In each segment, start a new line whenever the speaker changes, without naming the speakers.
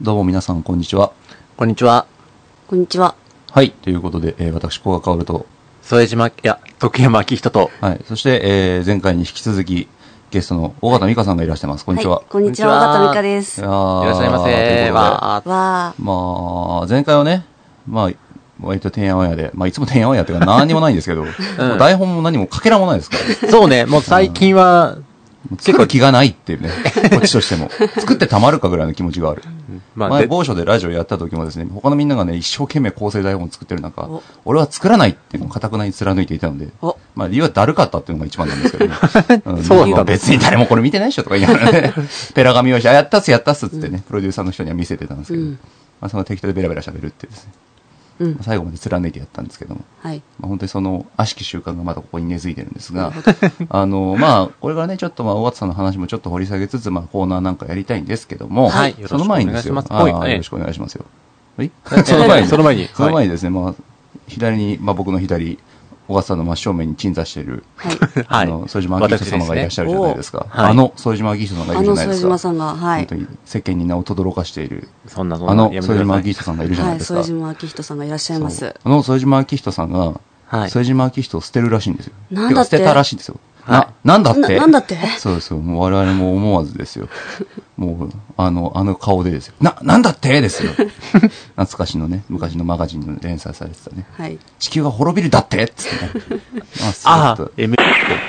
どうも皆さん、こんにちは。
こんにちは。
こんにちは。
はい。ということで、えー私、古賀薫と、
添島、いや、徳山明人と、
はい。そして、えー前回に引き続き、ゲストの尾形美香さんがいらしてます。こんにちは。
い、こんにちは、
こんにちは
尾形美香です。
い
わ
やー
いらっしゃいま
という
せ。
こと
わー
あ、
でまあ、前回はね、まあ、割とてんやわんやで、まあ、いつもてんやわんやっていうか、何にもないんです けど、もう台本も何もかけらもないですから、
そうね、もう最近は、
もう作る気がないっていうね、 こっちとしても。作ってたまるかぐらいの気持ちがある。
まあ、
前、
で
某所でラジオやった時もですね、他のみんながね、一生懸命構成台本作ってる中
お、
俺は作らないっていうのを固くなに貫いていたので
お、
まあ理由はだるかったっていうのが一番なんですけどね。ん
そうだったの
まあ別に誰もこれ見てないっしょとか言いながらね、ペラ紙用紙、あ、やったっすやったっすっつってね、プロデューサーの人には見せてたんですけど、
うん
まあその適当でベラベラ喋るっていうですね、
うん
まあ。最後まで貫いてやったんですけども、
はい。
まあ、本当にその悪しき習慣がまだここに根付いてるんですが、 あの、まあ、これからね、ちょっとまあ、大和さんの話もちょっと掘り下げつつ、まあ、コーナーなんかやりたいんですけども、
はい
その前にですよ、
よろしくお
あ
願い
ー
しますはい
よろしくお願いしますよ。はい
はい
その前に、
その前にはい
その前にですね、まあ、左に、まあ、僕の左、小川さんの真正面に鎮座している、
はい。
は
あ
い。
の、副島明人
私ですね
様がいらっしゃるじゃないですか。
おはい
あの、副島明人さんがい
あ
るじゃ
の
ないで
副
すか。
島さんが、はい
本当。に世間に名を轟かしている、
そんなそんな。
あの
やめて
副
くだ
島
さ
明
い
人さんがいるじゃな
はいい、
ですか。
副島明人さんがいらっしゃいま
そう
す。
あの副島明人さんが、
はい
副島明人を捨てるらしいんですよ。
なんだっ
てか捨
て
てたらしいんですよ。
は
な、なんだって
ななんだって
そうですよ。もう我々も思わずですよ。もう、あの、あの顔でですよ。な、なんだってですよ。懐かしのね、昔のマガジンの連載されてたね。
はい。
地球が滅びるだってっつってね。あ、そうだ
あ
った
あ、M、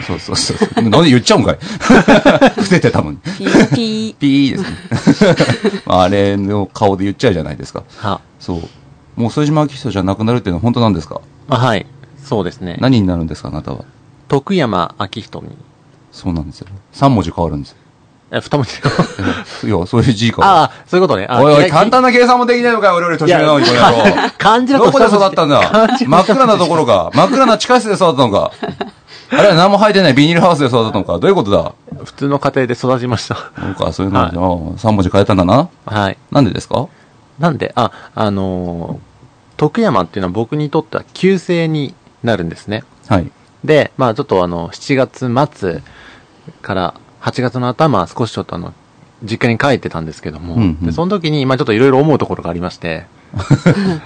そうそうそう。なんで言っちゃうんかい。 伏せてたのに。
ピー、ピ
ピーです ね。あれの顔で言っちゃうじゃないですか。
は、
そう。もう副島明人じゃなくなるっていうのは本当なんですか
あはい。そうですね。
何になるんですかあなたは。
徳山明人に、
そうなんですよ。3文字変わる んです
え、二文字だよ。
よ。いや、そういう字か。
ああ、そういうことね。あ
おいお
嫌
い、簡単な計算もできないのかよ、俺より年上なのに、この野
いや
郎。
漢字だ
ど
と
こで育ったんだ
漢字
真っ暗なところか。真っ暗な地下室で育ったのか。あれは何も生えてないビニールハウスで育ったのか。どういうことだ
普通の家庭で育ちました。
そうか、そういうのじゃ、3文字変えたんだな。
はい。
なんでですか
なんで、あ、あのー徳山っていうのは僕にとっては旧姓になるんですね。
はい。
で、まあちょっとあの、7月末から8月の頭、少しちょっとあの、実家に帰ってたんですけども、
うんうん
でその時に、まあちょっといろいろ思うところがありまして、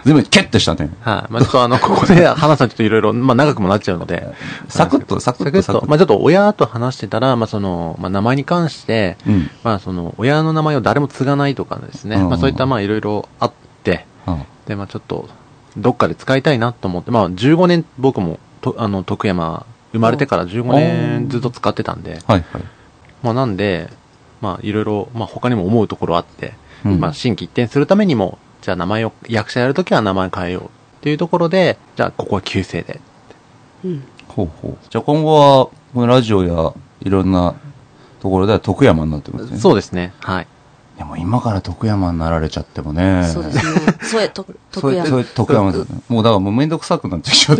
全部キュッてしたね。
はい、まあちょっとあ の、ここで話すのちょっといろいろ、まあ長くもなっちゃうので、
サクッと、サク
サ
ッ
ク
と、
ッ
サク
と、
ッ
ま
と。
あちょっと親と話してたら、まあその、まあ名前に関して、
うん。
まあその、親の名前を誰も継がないとかですね、
うんうん
まあそういったまあいろいろあって、
あ
で、まあちょっと、どっかで使いたいなと思って、まあ15年、僕も、とあの、徳山、生まれてから15
おー
年ずっと使ってたんで、
はい、はい。
まあなんで、まあいろいろ、まあ他にも思うところあって、
うん
まあ新規一転するためにも、じゃあ名前を、役者やるときは名前変えようっていうところで、じゃあここは旧姓で。
ー。うん。
ほうほう。じゃあ今後は、このラジオや、いろんなところでは徳山になってくるんですね。
そうですね。はい。
でも今から徳山になられちゃってもね。
そうですね。そうや、と、
そ
徳
れそ
山
れ。徳山だよね。もうだからもうめんどくさくなってき ちゃう。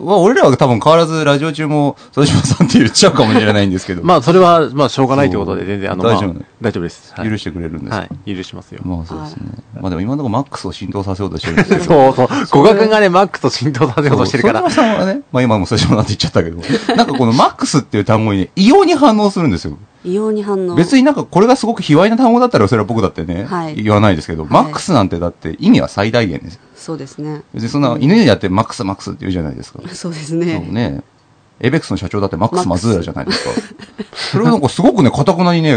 まあ俺らは多分変わらずラジオ中も、副島さんって言っちゃうかもしれないんですけど、
まあそれは、まあしょうがないということで、全然あの、
そう
まあ
大丈夫
大丈夫です。はい
許してくれるんですよ
はい。許しますよ。
まあそうですね。まあでも今のところマックスを浸透させようとしてるんですけど。
そうそう。語学がね、マックスと浸透させようとしてるから
副。島さんはね、まあ今も副島なんて言っちゃったけど、なんかこのマックスっていう単語にね、異様に反応するんですよ。
異様に反応。
別になんかこれがすごく卑猥な単語だったらそれは僕だってね、
はい
言わないですけど、
い
マックスなんてだって意味は最大限ですよ。
そうですね。
別にそんな犬にだってマックスマックスって言うじゃないですか。
そうです
そう
ね。
ね。エイベックスの社長だってマックス・マズーラじゃないですか。それをなんかすごくね、かたくなにね、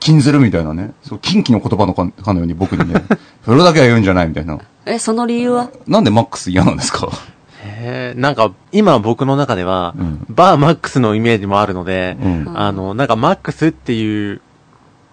禁ずるみたいなね。そう、近畿の言葉のかかのように僕に ね、それだけは言うんじゃないみたいな。
え、その理由は
なんでマックス嫌なんですか
へーなんか、今僕の中では、
うん
バーマックスのイメージもあるので、
うん
あの、なんかマックスっていう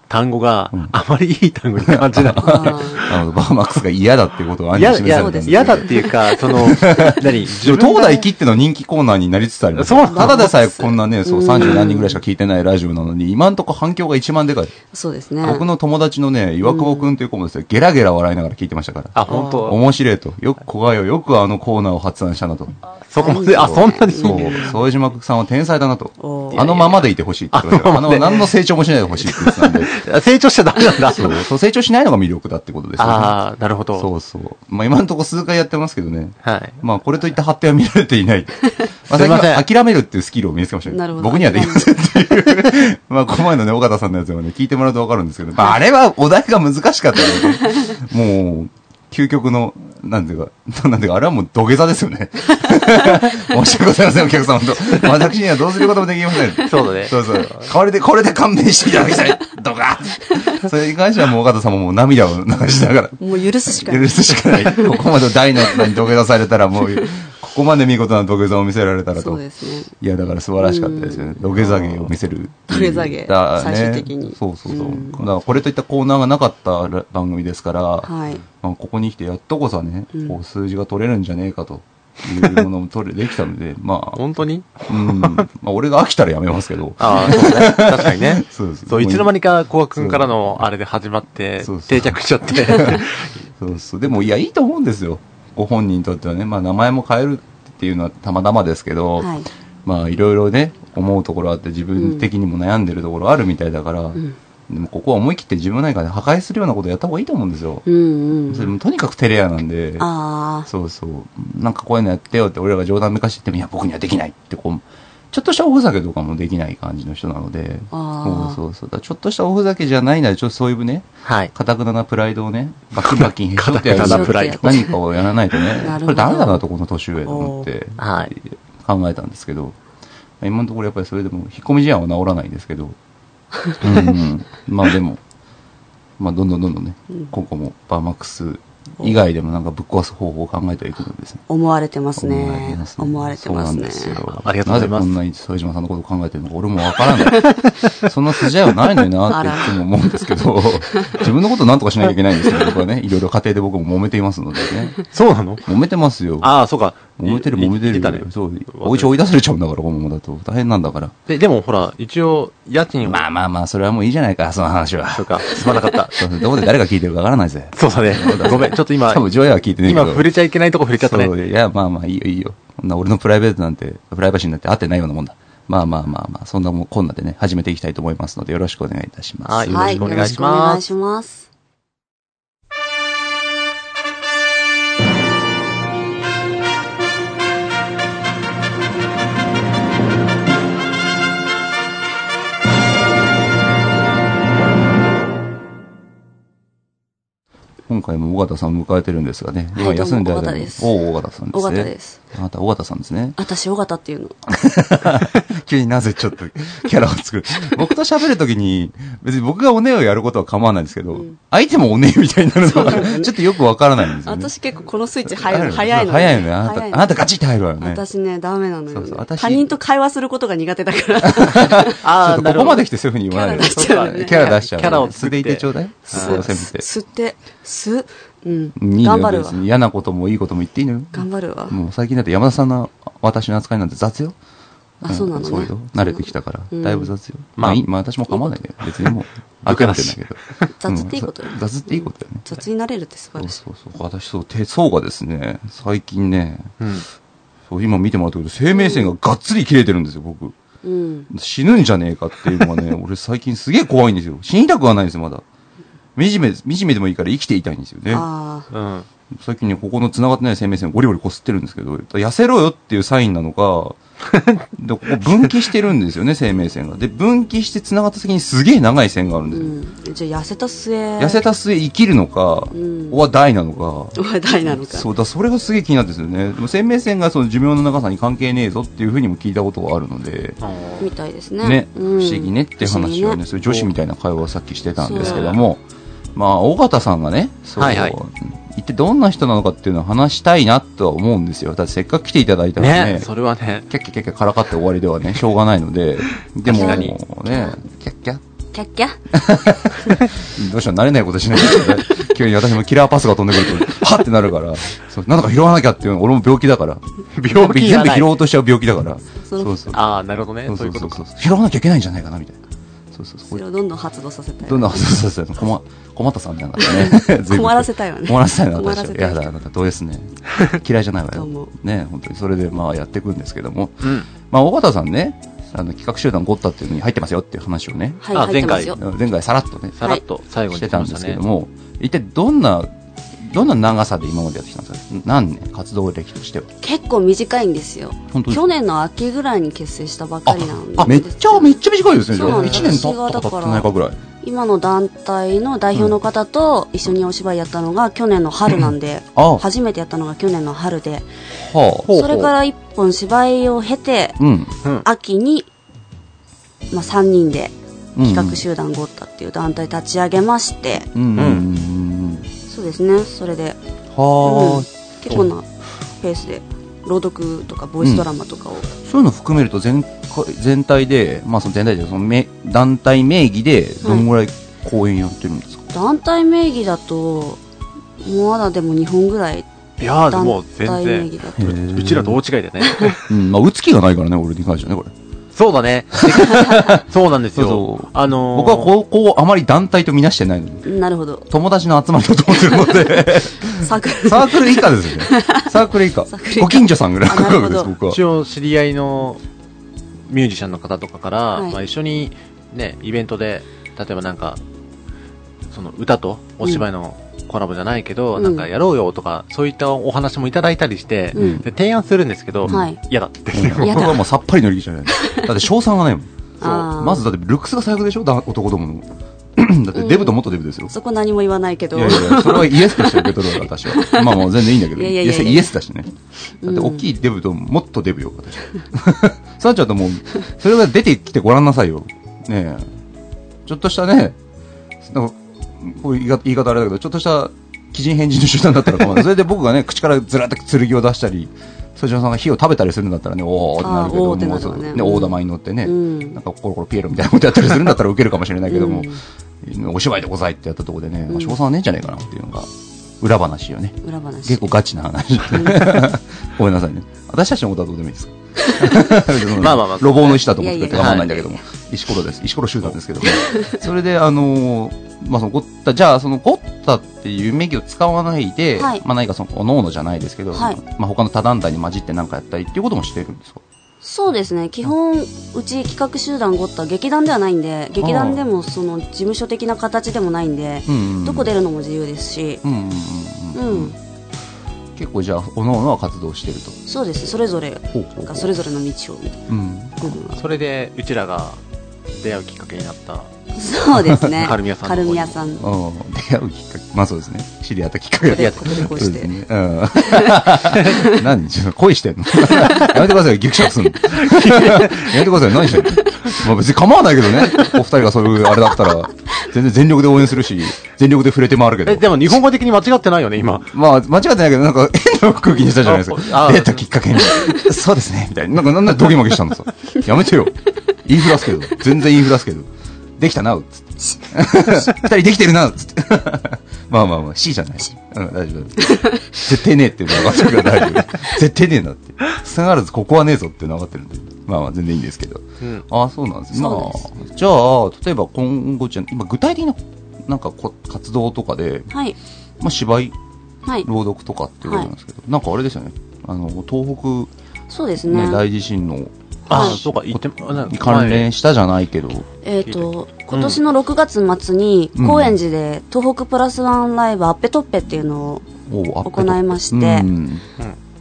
単語が
うん、
あまりいい単語に感じない。
あ
あの、バーマックスが嫌だっていうことが暗
嫌、
示
い
示されたん
や
ですけど
嫌だっていうか、その、 何
で
自
も東
が
大切っての人気コーナーになりつつあります。
そうなの
ただでさえこんなね、そう、
うん
30何人ぐらいしか聞いてないラジオなのに、今んとこ反響が一番でかい。
ーそうですね。
僕の友達のね、岩久保くんという子もですよ、ゲラゲラ笑いながら聞いてましたから。
あ、本当
面白いと。よく小賀よ、よくあのコーナーを発案したなと。
そこまで、あ、そんなに
そう。副島さんは天才だなと。
お ー
あのままでいてほしいって言ってましたよ。あの、何の成長もしないでほしいって言ってたんで。
あ成長しちゃダメなんだ。
そう、そう成長しないのが魅力だってことですよね。
ああ、なるほど。
そうそう。まあ今のところ数回やってますけどね。
はい。
まあこれといった発展は見られていない。まあ
す
最
い
近
ません
は諦めるっていうスキルを身につけました
なるほど
僕にはできませんっていう。 まあこの前のね、尾形さんのやつもね、聞いてもらうとわかるんですけど、まああれはお題が難しかったけど、ね、もう、究極の、なんていうか、なんていうか、 あれはもう土下座ですよね。申し訳ございません、お客様と。私にはどうすることもできません。
そうだね
そうそう。これで、これで勘弁していただきたい。とか。それに関してはもう尾形様も涙を流しながら。
もう許すしかない。
許すしかない。 ここまでダイナミックに土下座されたらもう、ここまで見事な土下座を見せられたら
そ
と
う。ですね。
いや、だから素晴らしかったですよね。土下座芸を見せるっていう。
土下座芸
だね
最終的に
そうそうそうう。
ん
だからこれといったコーナーがなかったら番組ですから、
はい。
まあ、ここに来てやっとこさね、
うん
こう数字が取れるんじゃねえかというものも取れ、できたの で、まあ、
本当に
うん。まあ、俺が飽きたらやめますけど。
ああ、そうね。確かにね。
そうです
そう、いつの間にか、コア君からのあれで始まって
そう、そう
定着しち ゃって。
そうそう。でも、いや、いいと思うんですよ。ご本人にとってはね、まあ、名前も変えるっていうのはたまたまですけど、
はい。
まあいろいろね思うところあって自分的にも悩んでるところあるみたいだから、
うん。
でもここは思い切って自分の中で破壊するようなことやった方がいいと思うんですよ、
うん
そうれ
ん。
もとにかく照れ屋なんで
ああ。
そうそうなんかこういうのやってよって俺らが冗談めかして言ってもいや僕にはできないってこうちょっとしたおふざけとかもできない感じの人なので
あー
そうそうそうだからちょっとしたおふざけじゃないならちょっとそういうね
はい。
かたくななプライドをねバキンバキンへし折ってや
カ
る
タカナプライド
何かをやらないとね
なるほど
これダメだなとこの年上と思って
はい。
考えたんですけど、今のところやっぱりそれでも、引っ込み思案は治らないんですけど、うん、まあでも、まあどんどんどんどんね、
うん
今後もバーマックス以外でもなんかぶっ壊す方法を考えてはいくのですね。
思われてます
思われて
ね
ます。ね
思われてます
そう
ね。
なんですよ。
ありがとうござい
な
ます
ぜこんなに副島さんのことを考えてるのか俺もわから ない。そんな筋合いはないのになっていつも思うんですけど、自分のことをなんとかしなきゃいけないんですけど、僕はね、いろいろ家庭で僕も揉めていますのでね。
そうなの
揉めてますよ。
ああ、そうか。
揉めてる
い
揉めて
言
る。
ってたね
そう。お家追い出されちゃうんだから、このままだと。大変なんだから。
で、でもほら、一応、家賃を。
まあまあまあ、それはもういいじゃないか、その話は。
そうか、すまなか った。
そうそうどこで誰が聞いてるかわからないぜ。
そうだね。ごめん、ちょっと今
多、分、ジョイは聞いてねえけど。
今触れちゃいけないとこ触れちゃった
そ
ね。
ういや、まあまあ、いいよ、いいよ。こんな俺のプライベートなんて、プライバシーなんて合ってないようなもんだ。まあまあまあまあ、そんなもんこんなでね、始めていきたいと思いますので、よろしくお願いいたします。
はい
はい。
よろ
よろ
し
し
く
く
お
お
願
願
い
い
し
します。
今回も尾形さんを迎えてるんですがね、
はい
今休んであ
どうも尾形
る
です
おう尾形さんですね。
尾形です。
あなた、尾形さんですね。
私、尾形っていうの。
急になぜちょっとキャラを作 る。僕と喋るときに、別に僕がおねえをやることは構わないんですけど、
ん
相手もおねえみたいになるの
そうなん
が、
ですよね
ちょっとよくわからないんですよね。
私結構このスイッチ
あ
入
る
る。早いの。
早いよね。あなた、
早い
あなたガチって入るわよね。
私ね、ダメなのよ
そう
ね
そう。私
他人と会話することが苦手だから。
あ
ちょっとここまで来てそういうふうに言わないで。
キャラ出しちゃうよね
キャラ出しちゃう。
キャラを
素
作っ
で
て
いてちょうだい。
す
そうせめて。
吸って、吸、うん。
いいの
頑張
よ
る
別
わ。
に嫌なこともいいことも言っていいのよ。
頑張るわ。
もう最近だって山田さんの私の扱いなんて雑よ。
あそうなのね
そうよ。慣れてきたから、
うん
だいぶ雑よ。
ま
ま
あ
あいい、まあ私も構わないね。別にもう、諦めてんだけど。
雑っていいことよ
うん雑っていいことよね。
雑になれるって素晴
そう
らしい。
そうそう。私そう、手相がですね、最近ね、
うん。
そう今見てもらったけど、生命線ががっつり切れてるんですよ、僕。
うん。
死ぬんじゃねえかっていうの がね、俺最近すげえ怖いんですよ。死にたくはないんですよ、まだ。惨め、惨めでもいいから生きていたいんですよね。
ああ。
うん。
最近ね、ここの繋がってない生命線をゴリゴリ擦ってるんですけど、痩せろよっていうサインなの か、で、ここ分岐してるんですよね、生命線が。で、分岐して繋がった先にすげえ長い線があるん
う
ですよ。
ん。じゃあ、痩せた末。
痩せた末生きるのか、
うん
おは大なのか、
お前大なのか。
そうだ、それがすげえ気になってるんですよね。でも生命線がその寿命の長さに関係ねえぞっていうふうにも聞いたことがあるので、
みたいですね。
ね、
う
不思議ねっていう話をね、
不
そういう女子みたいな会話をさっきしてたんですけども、まあ、尾形さんがね、そう、
はいはい
一体どんな人なのかっていうのを話したいなとは思うんですよ。だってせっかく来ていただいたのでね、
ね、それはね、
キャッキャッキャッキャからかって終わりではね、しょうがないので、でも、
確かに
ね、キャッキャ
思議ねキャッキャ
どうしよう、慣れないことしない と、急に私もキラーパスが飛んでくると、はってなるから、そうなんとか拾わなきゃっていうの、俺も病気だから。
病気じ
全
ゃな
部
い
拾おうとしちゃう病気だから。
そう
そうそう。
ああ、なるほど
そ
ね。
うそ
そういう
う
こ
そ
と
うそ
か
う。。拾わなきゃいけないんじゃないかな、みたいな。そうそうそう
そ。れをどんどん発動させたい。
どんな、 そう そうそう、困、困ったさんみたいになったね 随分。
困らせたいわね
困らせたいな、
困
私
らせ
は。
たい
やだ、あなた、どうです ね。嫌いじゃないわ
ど
よ
うも。
ね、本当に。それで、まあ、やっていくんですけども。
うん。
まあ、尾形さんね、あの企画集団ゴッタっていうのに入ってますよっていう話をね、
はい、
あ
入ってますよ
前。
前回さらっとね、
さらっと最後
し
に
て
来
たん
ま
で
した
すけ
ね
ど。も、一体どんな、どんな長さで今までやってきたんですか何年活動歴としては。
結構短いんですよ。
本当ですか
去年の秋ぐらいに結成したばかりなんです。
あ、めっちゃめっちゃ短いですね。じゃ
そうな
あ
んです
一年経ったか経ってないかぐらい。
今の団体の代表の方と一緒にお芝居やったのが去年の春なんで、
あ、は
初めてやったのが去年の春で、
あ。
ほうほう
それから一本芝居を経て、
うん。
うん。
秋に、まあ、3人で
うん
企画集団ゴッタっていう団体立ち上げまして、
うん。うん
うん
うん。
そうですね、それで、うん
はあ。
結構なペースで朗読とかボイスドラマとかを、
そういうの含めると全回全体で、まあその全体で、そのめ団体名義でどんぐらい公演やってるんですか
団体名義だと、まだでも2本ぐらい
いやー、
団
もう全
体名
然
義。だと
へ
う
ー
うちらと大違い でね。
うん。まあ打つ気がないからね、俺に関してはね、これ。
そう だね。そうなんです
そうそ
よ
う。
あのー、
僕は高校をあまり団体とみなしてないのに。
なるほど
友達の集まりだと思ってるので、
サーク ル
サークル以下ですよね。サークル以下
サークル以。下
ご近所さんぐらいの
あなる
感
ほ
覚で
ど
す、僕は。
一応知り合いのミュージシャンの方とかから、
はい
まあ、一緒に、ね、イベントで例えばなんかその歌とお芝居のコラボじゃないけど、
うん
なんかやろうよとかそういったお話もいただいたりして、
うん
で提案するんですけど、
はい
嫌だって
うん
や
僕はもうさっぱり乗り切っちゃない。だって、賞賛がないもん。
あー
まずだって、ルックスが最悪でしょだ男どもの。 だって、デブと元デブですよ。
そこ何も言わないけど
いやいや、それはイエスとして受け取るわ、私 は。まあまあ、全然いいんだけど。
いやいや
イ
い
エ
やい
ス
や
イエスだしね。だって、
うん
大きいデブともっとデブよ、私は。 そうなっちゃうともう、それが出てきてごらんなさいよ。ねえ。ちょっとしたね、なんか、こういう言い方言い方あれだけど、ちょっとした、鬼人変人の集団だったら 困る。それで僕がね、口からずらっと剣を出したり、副島さんが火を食べたりするんだったらね、おーってなるけ
あー
ど、
おーってな
も
る
うそう
わね
ね、
うん
大玉に乗ってね、
うん
なんかコロコロピエロみたいなことやったりするんだったら受けるかもしれないけども、
うん
お芝居でございってやったところでね、
うん
翔さんはねえんじゃねえかなっていうのが、裏話よね。
裏話
結構ガチな 話。ごめんなさいね。私たちのことはどうでもいいです。
まあまあ まあ
路傍の石だと思って
いやいや
構わないんだけども。石ころです。石ころ集団ですけども。 それで、あのーまあ、そのゴッタ、じゃあ、そのゴッタっていう名義を使わないで、
はい
まあ、何かその、おのおのじゃないですけど、
はい
まあ、他の他団体に混じって何かやったりっていうこともしてるんですか
そうですね基本うち企画集団ごった劇団ではないんで劇団でもその事務所的な形でもないんで
うんうんうん
どこ出るのも自由ですし
うんうん
う
うんうん。
ん
結構じゃあ、おのおのは活動してると。
そうですそれぞれ
ほうほう
がそれぞれの道をみたい
うん。
な部分は
それでうちらが出会うきっかけになった
そうですね
カルミヤさんの
カ
方
ル
に
ミヤさんこ
うん出会うきっかけ、まあそうですね。知り合ったきっかけ
こ
で
でここでこう
そう
して
ですね。うん。 何ちょっと恋してんのやめてくださいよ、ギクシャクすんの。 やめてくださいよ、何してんのまあ別に構わないけどね。お二人がそういうあれだったら、全然全力で応援するし、全力で触れて回るけど。
えでも日本語的に間違ってないよね今
まあ、間違ってないけど、なん か、変な空気にしたじゃないです
あ
か。
あ
デートきっかけ に。そうですね、みたいな。なんか、なんならドギマギしたん ですよ。やめてよ。言いふらすけど。全然言いふらすけど。できたな、うっつって。二人できてるな、うっつって。 まあまあまあ、C じゃない。うん、大丈夫。絶対ねえっていうのは分かってるから大丈夫。 絶対ねえなって。つながらずここはねえぞっていうのは分かってるんで。まあまあ、全然いいんですけど。
うん
ああ、そうなんですね。ま
そ
あ、じゃあ、例えば今後じゃん、今具体的な、なんかこ活動とかで、
はい
まあ芝居
はい
朗読とかっていうことなんですけど、なんかあれですよね、あの東北、
そうです
ね
ね
大地震の
あ
はい
そうか言ってもなんか
関連したじゃないけど、
えー、と今年の6月末に
うん
高円寺で東北プラスワンライブアッペトッペっていうのを
おうアップと
行いまして
うん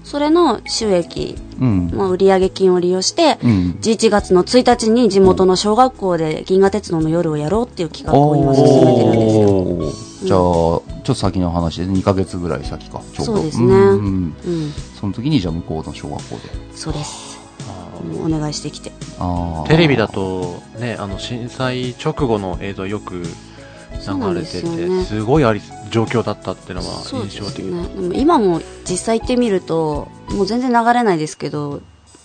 それの収益、
うん
まあ、売上金を利用して
うん
11月の1日に地元の小学校で銀河鉄道の夜をやろうっていう企画を今進めてるんですよ、
おーじゃあ、ちょっと先の話で2ヶ月ぐらい先かちょうど
そうですね
んうん
うん、
その時にじゃあ向こうの小学校で
そうですもうお願いしてきて
あー
テレビだとねあの震災直後の映像よく
そうなん
流れ
で
て
す
て
よ
す,、
ね
ごいあり状況だったっていうのは
そうで
印象的
すねでも今も実際行ってみるともう全然流れないですけど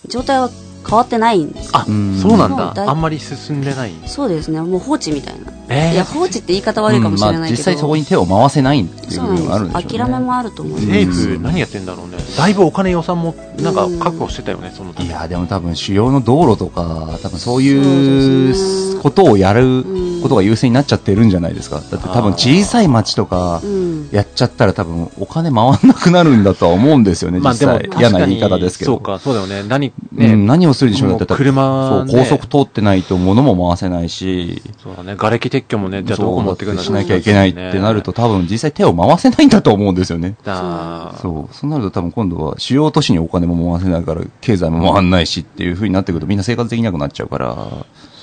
状態は変わってないんです
あ
うん
そうなん
もうだい
だあんまり進んでない
そうですねもう放置みたいな
ええー
いや放置って言い方悪
う
いかも
ん
し
ま
れないけど、
あ実際そこに手を回せないっていうのがあ
そう
るん
な
で
ん
し
で
ょうね。
す諦めもあると思います
政府何やってんだろうね。だいぶお金予算もなんか確保してたよね、そのた
い
め。
や、でも多分主要の道路とか、多分そう
そうです
いう
ね
ことをやる
うん
ことが優先になっちゃってるんじゃないですか。だって多分小さい町とか
うん
やっちゃったら多分お金回んなくなるんだとは思うんですよね、
まあ
実
でも
際。嫌な言い方ですけ
そう
ど。
か、そうだよね。何、
う
ね
ん、、何をするでしょうだって
もう車ね
そう、高速通ってないと物も回せないし、
そうだね。瓦礫撤去もね、じゃあどこ持ってくるんだ
そうだってしなきゃいけないってなると、
ね。
多分実際手を回せないんだと思うんですよね。
だ
そう。そうなると多分今度は主要都市にお金も回せないから、経済も回んないしっていう風になってくるとみんな生活できなくなっちゃうから、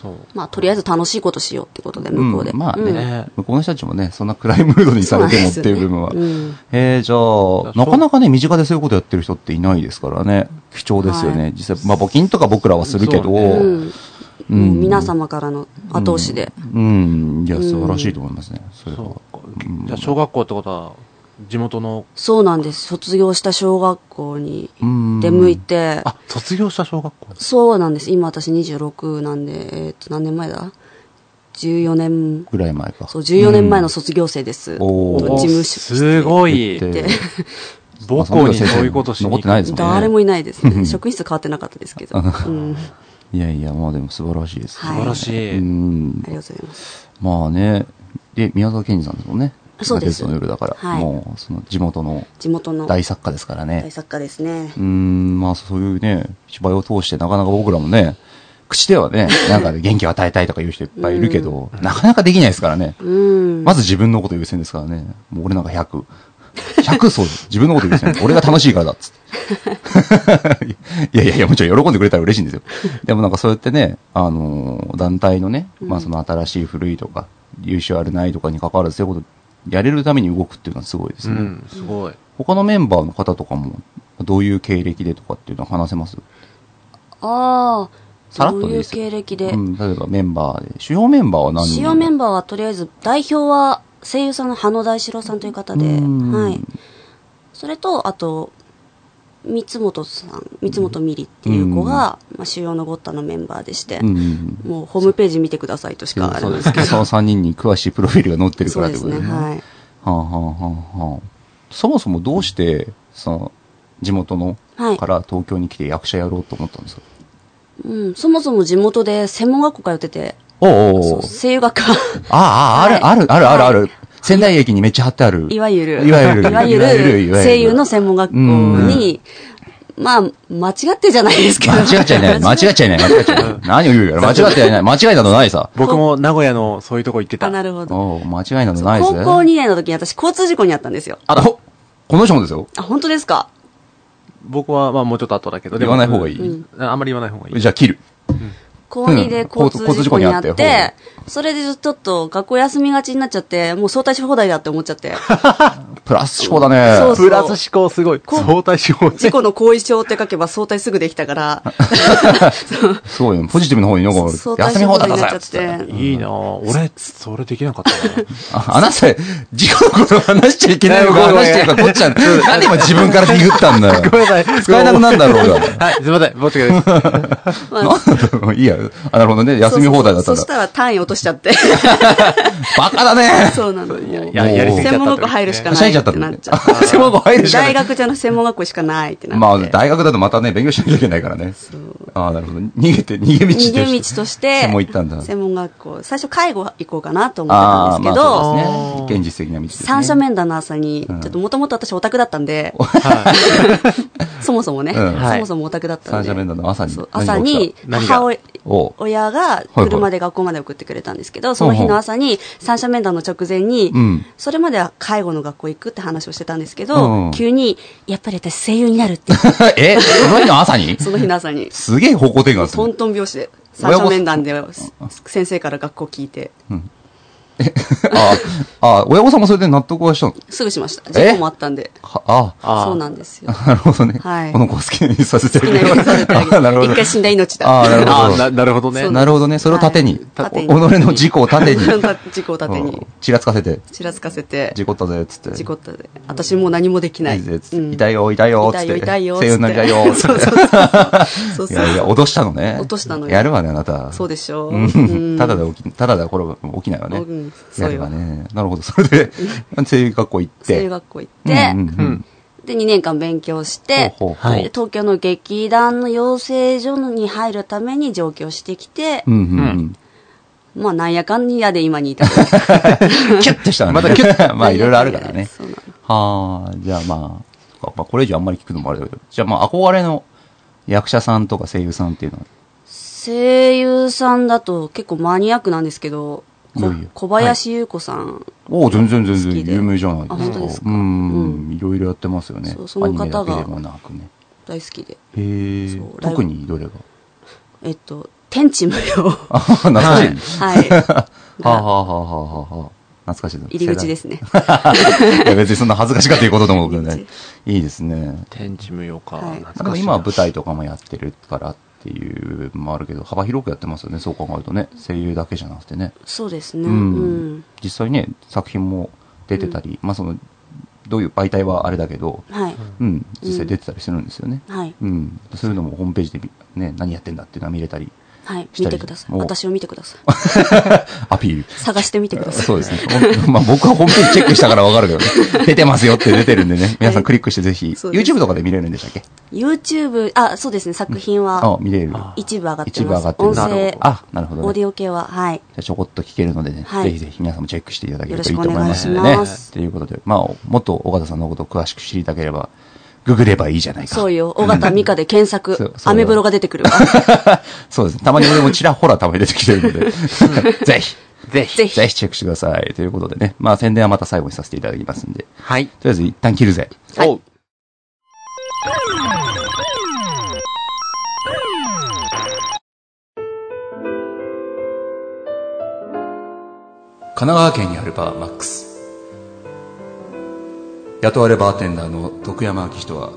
そう。
まあとりあえず楽しいことしようってことで向こうで、
うんまあね、
うん
ね
向こうの人たちもね、そんな暗いムードにされてもっていう部分は。
そうなんですよね
えー、じゃあ、
そう
なかなかね、身近でそういうことやってる人っていないですからね。貴重ですよね。
は
実際、まあ、募金とか僕らはするけど、
そうね
うん
う。
もうん皆様からの後押しで、
うん。いや、素晴らしいと思いますね。それは。
そうか。じゃあ小学校ってことは、地元の、
そうなんです卒業した小学校に
うん
出向いて、
あ、卒業した小学校。
そうなんです今私26なんで、えっと何年前だ14年
ぐらい前か。
そう14年前の卒業生です、
おー
事務所
すごい。
で
母校にそういうことしに行
残
く
ってないですもんね
誰もいないですね職員室変わってなかったですけど、うん、
いやいや、まあでも素晴らしいです。
はい
素晴らしい。
うん
あ。りがとうございます
まあね。で、宮沢賢治さんですもんね。
そうです
ナゲットの夜だから。
はい
もう、その地元の
地元の
大作家ですからね
大。作家ですね
うーん、まあそういうね、芝居を通してなかなか僕らもね、口で はね、なんかね、元気を与えたいとか言う人いっぱいいるけど、なかなかできないですからね。
うん
まず自分のこと優先ですからね。もう俺なんか100。100そうです。自分のこと優先。 俺が楽しいからだっつって。いやいやいや、もちろん喜んでくれたら嬉しいんですよ。でもなんかそうやってね、あのー団体のね、まあその新しい古いとか、優秀あるないとかに関わらずそういうこと、やれるために動くっていうのはすごいです
う
ね。
ん、すごい。
他のメンバーの方とかも、どういう経歴でとかっていうのは話せます
あ
さら
あ
っ
ど
と
う
でいい
い
うですよ
経歴で、
うん、例えばメンバーで。主要メンバーは何人
主要メンバーはとりあえず代表は声優さんの羽野大志郎さんという方で、
うん
はい、それとあと三本さん三本美里っていう子が、まあ、主要のゴッタのメンバーでして、
うんうんうん。
もうホームページ見てくださいとしかあれ
そう
な
で
んですす
ね。
け
その3人に詳しいプロフィールが載って
ど
るか
そ
ら
う
っ
で
てこ
す
と
ね
ですね。
はい
はあはあはあはあ、そもそもどうして、その、地元の、
はい
から東京に来て役者やろうと思ったんですか
うん、そもそも地元で専門学校通ってて
おうおう
そ
おう
う声優 学科
ああ、ある、
は
ある、ある、ある、ある。仙台駅にめっちゃ貼ってある。
いわゆる
いわゆる
いわゆ
いわゆるい
る
わゆる
声優の専門学校にまあ間違ってじゃないですけど
間違っちゃいない。間違っちゃいない。間違っちゃいない。何を言うやら。間違ってはいない。間違いなどないさ。
僕も名古屋のそういうとこ行ってた。
あ なるほど
おう間違いなどないぜ。
高校2年の時に私交通事故にあったんですよ。
あ、ほこの人もですよ。
あ、本当ですか
僕はまあもうちょっと後だけど。でも
言わない方がいい
うんあんまり言わない方がいい。
じゃあ切る。
高2で交通事
交
故にあっ
通事故にあって
て、それでちょっと学校休みがちになっちゃって、もう早退し放題だって思っちゃ って、
プラス思考だね。
そう
プラス思考すごい。
こう
相対思考ね
事故の後遺症って書けば早退すぐできた から、
すごいよ。ポジティブの方になんか
早退
休
し
み
放
放題
題に
だ
なっ
さ
ちゃ
よ
っ
つって。
て。
いいなぁ。俺、それできなかったな
ああなた、事故のこと話しちゃいけないのか
ごめんごめ
話
ん
してるか、こっちゃん。何今自分からディグったんだよ。
ごめんなさい。
使えなくなるんだろうが。
はい、すいません。ぼっちがです。
まあ
なんだろう、いいや。あ、なるほどね。休み放題だった
そ
ん
うそ
だ
うそうそし。たら単位落としち ゃって。
バカだね。
そうなの。
いや、やりすぎちゃった。
専門学校入るしか
は
な
し
い
ゃいちゃ
い
った
っ
ってて
な
ね
っちゃっ。
専門学校入る
て。
しかな
大
い。
学じゃなく専門学校しかないってなって。
まあ、大学だとまたね、勉強しなきゃいけないからね。ああ、なるほど。逃げて、逃げ道とし
逃
て。
げ道として、
専門行ったんだ。
専門学校。最初介護行こうかなと思ってた
ああ、
んで
ま
すけ
あ
ど、
そうです
あ
ね。
ー
現実的な道ですね。
三者面談の朝に、ち
う
ょ
ん
っともともと私オタクだったんで、
はい。
そもそもね、
うん
はい
そもそもオタクだった
三
んで。
者面談の朝に
そう。
何
朝
が起きた
に、
何が
母親
おう
親が車で学校まで送ってくれたんですけど、その日の朝に三者面談の直前に、
うん
それまでは介護の学校行くって話をしてたんですけ
う
ど、
ん
急に、やっぱり私声優にな るって、
え、その日の朝に、
その日の朝に
すげえ方向転換す
ト
る。
ントン拍子で、三者面談で先生から学校聞いて、
うんああ、親御さんもそれで納得はしたの
すぐしました。
え
事故もあったんで。
はあ
あー
そうなんですよ。
あ、なるほどね。
はい
この子を好きにさ せて
好きなようにされてあげ
あなるほ
る。
ど
一。回死んだ命だ。
あーなるほ
あ
ど
ーななるほどね
そう。
なるほどね。それを盾に。
はい
お己の事故を盾に。
事故を 盾
うん
に、
ちらつかせて、
ちらつかせて、
事故ったぜ、つって。
事故ったで。私もう何もできない。
いいぜつって
うん
痛いよ、痛いよ、つっ
痛い
て。
よ、痛いよ。
声優になりたいよ、つ
そ
っ
う
て
そうそうそう。そう
い
そう
やいや、脅したのね。
落としたのよ
やるわね、あなた。
そうでしょう。
うん
うん
ただで起き、ただでこれ起きないわね
うん。そう
や
よ
ればね。なるほど。それで、 声優学校行って。
声優学校行って、
うんうんう
うんん。
で、2年間勉強して、
ほうほう
はい
で東京の劇団の養成所に入るために上京してきて
う、んう ん
まあ、なんやかんやで今にいた。
うん。キュッとしたのね。
またキュ ッ
まあ、いろいろあるからね。
そうなの
はあ、じゃあまあ、そっかまあこれ以上あんまり聞くのもあれだけど。じゃあまあ、憧れの役者さんとか声優さんっていうのは。
声優さんだと結構マニアックなんですけど、こ
いよいよ
小林優子さん、
おお、全然全
好き
然
で
有名じゃない
あ本当です
か。うん。いろいろやってますよね
そう。その方が
アニメだけでもなくね。
大好きで。
へえ
そう。
特にどれが
えっと、天地無用。
あ、 懐かしい。
はい
は
はあはあはあはあはあ。懐かしい。
い。入り口ですね。
世代。いや、別にそんな恥ずかしかったいうこととも僕
入
ね
り。
いいですね。
天地無用か。
はい
懐
で
か
も
しいな
今は舞台とかもやってるからっていうのもあるけど、幅広くやってますよね、そう考えるとね。声優だけじゃなくてね。
そうですね。
う
うんん。
実際ね、作品も出てたり、まあその、どういう媒体はあれだけど、
はい。
うん、実際出てたりするんですよね。
はい。
うん。そういうのもホームページで見、ね、何やってんだっていうのは見れた り、
はい。
したり
見てください。
お
私を見てください。
アピール。
探してみてください。
そうですね。 ほんまあ僕はホームページチェックしたからわかるけど、 ね、出てますよって出てるんでね。皆さんクリックしてぜひ、
そうです
YouTube とかで見れるんでしたっけ
YouTube、あ、そうですね。作品
あ
は、
見れる。
一部上がって
一部上が
ま
っ
す。
てる
音
な
声、
あ、なるほど、ね。
オーディオ系は、はい。
じゃあちょこっと聞けるのでね、
はい
ぜひぜひ皆さんもチェックしていただけるといいと思い
よ
ま
ろ
す
し
の
くお
で
願い
ね
します。
ということで、まあ、もっと尾形さんのことを詳しく知りたければ、ググればいいじゃないか。
そうよ。尾形美香で検
そう
索
そう、よ
アメブロが出てくるわ。
そうです。たまに俺もちらほらたまに出てきてる ので、ぜひ、
ぜひ。
ぜひ
ぜひチェックしてください。ということでね、まあ宣伝はまた最後にさせていただきますんで、
はい。
とりあえず一旦切るぜ。
はい
おう
神奈川県にあるバーマックス雇われバーテンダーの徳山明人は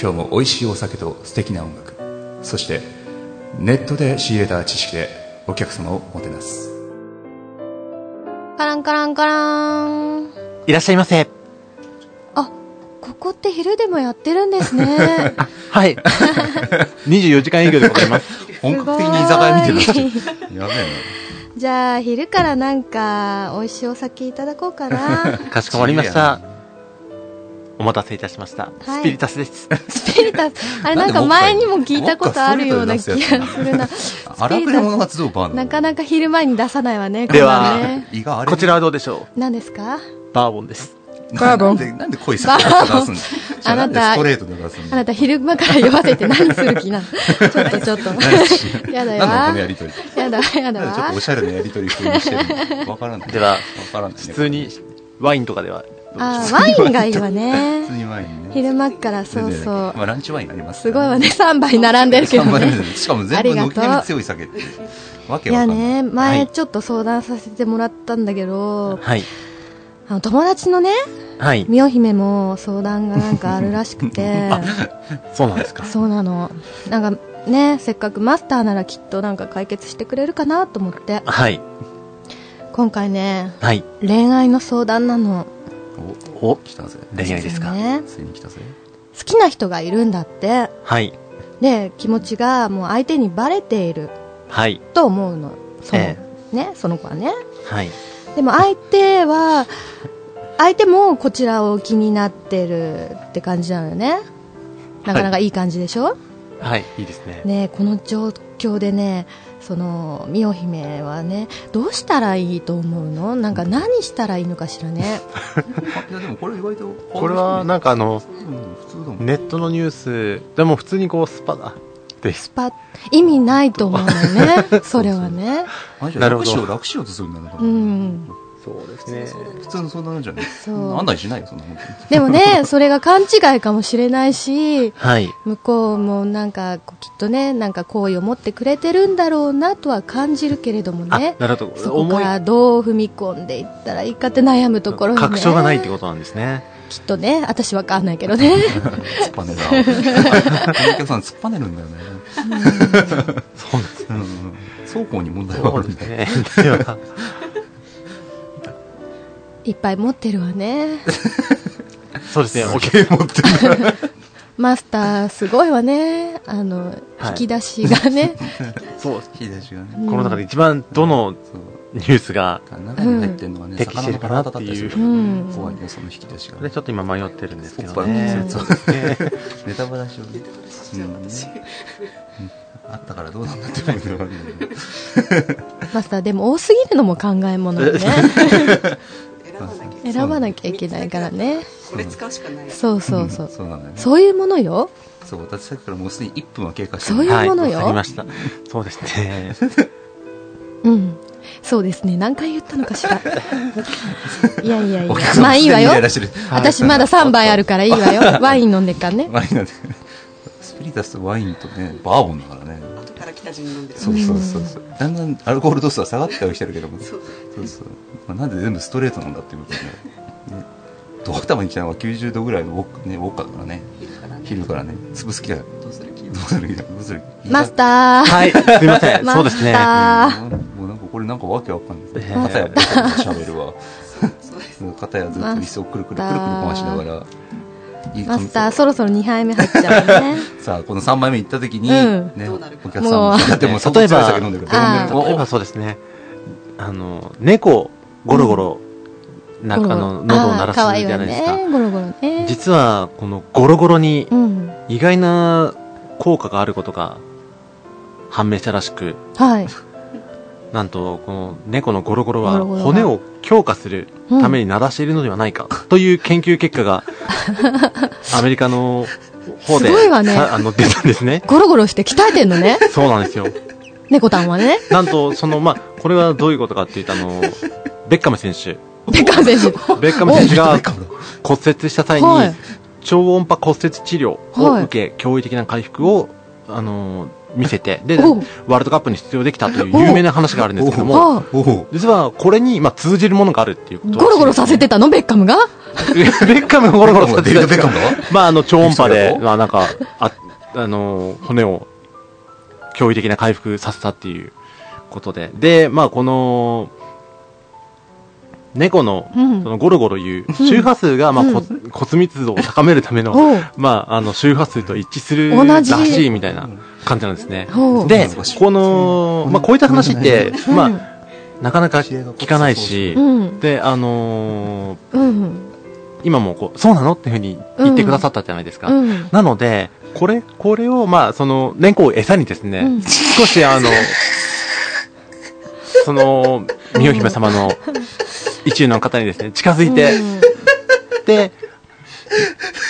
今日も美味しいお酒と素敵な音楽そしてネットで仕入れた知識でお客様をもてなす
カランカランカラン。
いらっしゃいませ。
あ、ここって昼でもやってるんで すね。
はい。24時間営業でございます。
本
格的な居酒屋みたいにな
てるやべえ
じゃあ昼からなんか美味しいお酒いただこうかな。
かしこまりました。お待たせいたしました。
はい
スピリタスです。
スピリタス。あれなんか前にも聞いたことあるような気がするな。ス
な
ピリタ
集うバー
ス。なかなか昼前に出さないわね。
では
こんなんね
胃が
こちらはどうでしょ
何ですか
うバーボンです。
なんでなんでなんで濃い酒を出すんだ
あなた
んでトレートで出すん
あなた昼間から酔わせて何する 気なのちょっとちょっと。やだよ。
なん
や
りとり
だわ
な
やだ
んでちょっ
わ
とお。しゃれなやりとり風にしてるのわからない。
では
わからない、ね。
普通にワインとかではどうでしょう
あ、ワインがいいわ
普通
ね。
にワインね。
昼間から
全
そう
然
そう
ま。あランチワインあります
す
から。
ごいわね、3杯並んでるけど
頑張りま
ね
す。ねしかも全部軒並み強い酒って。わけ
い
わか
や
んない。
ね、
は
前
い
ちょっと相談させてもらったんだけど、
はい。
あの友達のね、
はい。
美代姫も相談がなんかあるらしくて、
そうなんですか。
そうなの。なんかね、せっかくマスターならきっとなんか解決してくれるかなと思って、
はい。
今回ね、
はい。
恋愛の相談なの。
お、
お
来たぜ。
恋愛ですか。
ね、
ついに来たぜ。
好きな人がいるんだって、
はい。
で、気持ちがもう相手にバレている
はい。
と思うの。その、
え
ね、その子はね。
はい。
でも相手は、相手もこちらを気になってるって感じなのよね。なかなかいい感じでしょ、
はい。いいですね。
ねえこの状況でね、その、美代姫はね、どうしたらいいと思うのなんか何したらいいのかしらね。
あいやでもこれ意外と。
これはなんかあの、
うん、普通だもん。
ネットのニュースでも普通にこうスパだってス
パ意味 ないと思うのよね。それはね。
あじゃあ
なる
楽
ほど
しよう、楽しようとするんだね。
うん。
そうです
ね
ね。
普通の相談じゃない
そう
案内しないよそんなもん
でもね、それが勘違いかもしれないし、
はい。
向こうもなんかこうきっとねなんか好意を持ってくれてるんだろうなとは感じるけれども
あ、
ね
なるほ
そ
ど。
こ
思
か
い、
らどう踏み込んでいったらいいかって悩むところよね
確証がないってことなんですね。
きっとね私わかんないけ どね
突っぱねなこのお客さん突っぱねるんだよね
そうなんです
うんうん双方に問題があ
そう
るん
で
だ
す
よ
ね。 ではい
っぱい持ってるわ ね
そうですね。 お
すげえ持ってる
マスターすごいわねあの、
はい
引き出し がね
そう左足がね
この中で一番どの
そう
ニュースが、
中に入ってんのがね、
適してるかなってい
魚の体だ
う
ったりするから
うん
ね怖いねその引き出しが
ね
ね
ちょっと今迷ってるんですけ
そ
ど
うそう
ね。
そう
そうですね
ネタバラシをねうんねあったからどうなんだって思うのがあるんだけど
マスターでも多すぎるのも考えも のよね
え
選ばなきゃいけないからね
これ使うしかない
そうそうそう、
そうなのよね
そういうものよ
そう私さっきからもうすでに1分は経過して
そういう
る
はい。
も
わ
の
か
よ
りました。そうです ね。
うん。そうですね。何回言ったのかし ら。いやいやいや
お客。様
まあいいわ
すでにイ
よ
ライラしてる。
私まだ3杯あるからいいわよ。ワイン飲んでっか らね。
ワインなんてスピリタスとワインとねバーボンだからね
後から来た順なんで
そうそうそうそうだんだんアルコール度数は下がってはきてるけどもそうそうまあなんで全部ストレートなんだっていうことねねドクターに来たのは90度ぐらいのウォッカ,、ね、ウォッカだからね
昼からね
昼からね潰す気がど
どうする気
うする気だどうする気
マスター。
はい。すいません。
マスター
そうですね。
あ
もうなんかこれなんかわけわかんない、
ええ
片やベタベタ喋るわ
そうです
片やずっと椅子をくるくるくるくる回しながらいい
マ
感
ス
じ
ター、そろそろ2杯目入っちゃうね。
さあこの3枚目行った時に、
うん
ね
どうなるか
お客さんもだってもうそこ
例え
強い
ば
酒飲んでる
あ
から
ー
例えばそうですね。あの、猫、ゴロゴロ、 なんかあの、喉を鳴らす
あー可愛
じゃないです
わ
か。
ね。ゴロゴロね。
実は、このゴロゴロに
うん。
意外な効果があることが判明したらしく、
はい。
なんと、この猫のゴロゴロは
ゴロゴロが
骨を強化するために鳴らしているのではないかという研究結果 が、アメリカの方で、
すごいわね
さあの、出たんですね。
ゴロゴロして鍛えてんの ね。
そうなんですよ。
猫たんはね。
なんと、その、まあ、これはどういうことかっていうと、あの、ベッカム選手。
ベッカム選手。
ベッカム選手が骨折した際に、
はい
超音波骨折治療
は
を
い
受け、驚異的な回復を、あのー見せて、で、
おう
ワールドカップに出場できたという有名な話があるんですけども、
あ
おお
実はこれに、まあ、通じるものがあるっていうこと
ゴロゴロさせてたのベッカムが
ベッカムがゴロゴロさせて
デビッド・ベッカム
まあ、あの、超音波
そうだ
で、
ろ
まあ、なんか、あ、あの、骨を、驚異的な回復させたっていうことで。で、まあ、この、猫の、
う
そ
ん
のゴロゴロいう、周波数が、まあ、こ骨密度を高めるための、
おう
まあ、あの、周波数と一致する
同
ら
じ
しいみたいな感じなんですね。
ほう
そう
で
なんです、か
この、まあ、こういった話って、
うん
まあ、なかなか聞かないし
う、ん。
で、あのー
うん。
今もこう、そうなのっていうふうに言ってくださったじゃないですか。
うん。
なので、これ、これを、まあ、その、猫を餌にですね、
うん
少しあ の、その、美お姫様の一流の方にですね、近づいて、で、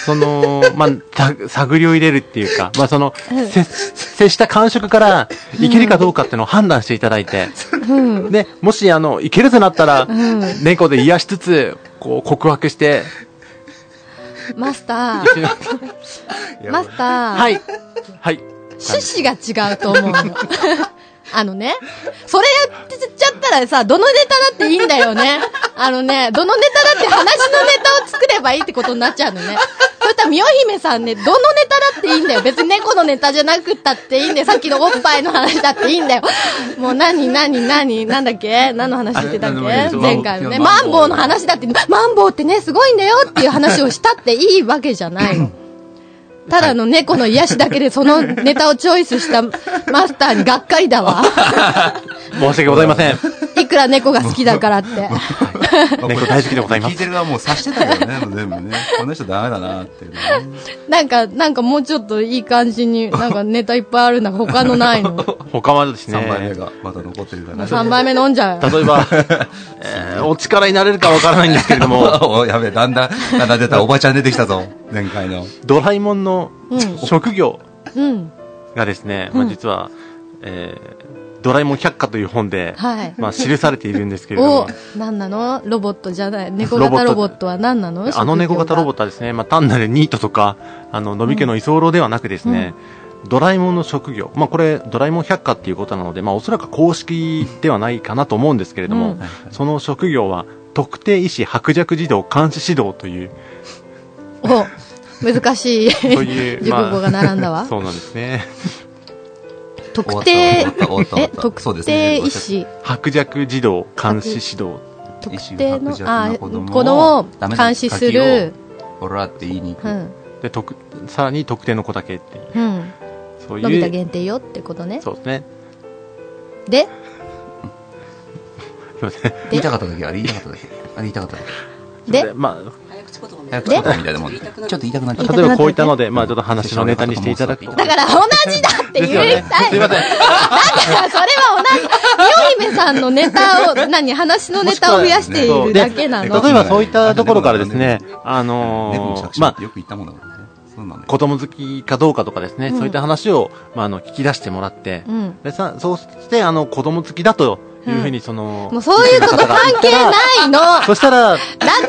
その、まあ、た探りを入れるっていうか、まあ、その、接、接した感触から、いけるかどうかっていうのを判断していただいて、
うん。うん。
で、もし、あの、いけるとなったら、
うん
猫で癒しつつ、こう、告白して、
マスタ
一緒に
ー。マスター。
はい、はい、
趣旨が違うと思う の。あのね、それやってちゃったらさ、どのネタだっていいんだよね。あのね、どのネタだって話のネタを作ればいいってことになっちゃうのね。そしたら、みお姫さんね、どのネタだっていいんだよ。別に猫のネタじゃなくったっていいんだよ。さっきのおっぱいの話だっていいんだよ。もう何、何、何、なんだっけ何の話してたっけ
あなんでもいいですよ
前回のね。
マ
マ
ンボウ
ンボウの話だって、マンボウってね、すごいんだよっていう話をしたっていいわけじゃないの。ただの猫の癒しだけでそのネタをチョイスしたマスターにがっかりだわ。
申し訳ございません。
いくら猫が好きだからって。
猫大好きでございま
聞い
す。
てる側もう察してたけどね、もう全部ね。この人ダメだなっていうね。
なんか、なんかもうちょっといい感じに、なんかネタいっぱいあるんだが他のないの。
他はですね、
3枚目がまだ残ってるからね。
3杯目飲んじゃうよ。
例え ば、えーお力になれるかわからないんですけれども、
おやべえ、だんだん、だんだん出た、おばちゃん出てきたぞ。前回の。
ドラえもんの
うん
職業
うん。
がですね、まあ、実は、えードラえもん百科という本で、
はい。
まあ、記されているんですけれど
お
も、、
なんなのロボットじゃない。猫型ロボットは何なの
あの猫型ロボッ
ト。
トはですね、まあ、単なるニートとか、あの、のび家の居候ではなくですね、ドラえもんの職業、まあ、これ、ドラえもん百科っていうことなので、まあ、おそらく公式ではないかなと思うんですけれども、
うん
その職業は、特定医師白弱児童監視指導という、
お、難しい。
という、
熟語が並んだわ。
そうなんですね。
特
終
定
わった終わった終わった終わ
え
ったそう
特
ですね
定医師
白弱児童監視指導。
特定の
一種
あ
白
ー
弱な
子供を
ダメだ
監視する
柿をオラって言いに行
う
く。
ん
で、特さらに特定の子だけっていう、
うん
そう
のび太
いう、
限定よってことね
そうですね。
で
すいません。
言いたかっただけ、あれ言いたかっただけ。あれ言いたかっただけ。
で
まあ、
早口言葉みた
早
い
口言
な。
葉みたいなもんで。ちょっと言いたくなっちゃ
言
った。
いたく
例
な
え
っちゃ
ば
う
こういったので、まあ、ちょっと話のネタにしていただくと。
だ
だから同じだって言いたい、
すいません。
それは同じみお姫さんのネタを何話のネタを増やしているだけな
そう
の
で
例えばそういったところからですね、あ
猫の
の
作
ー
詞っ
ま
てよく言ったもんだからね。そうなんだ
あ、
よ。
子供好きかどうかとかですね、
うん
そういった話を、まあ、あの、聞き出してもらって、
うん
でさ、そうして、あの、子供好きだというふうに、その、
もうそういうこと関係
い
ないのだ
そしたら、
っ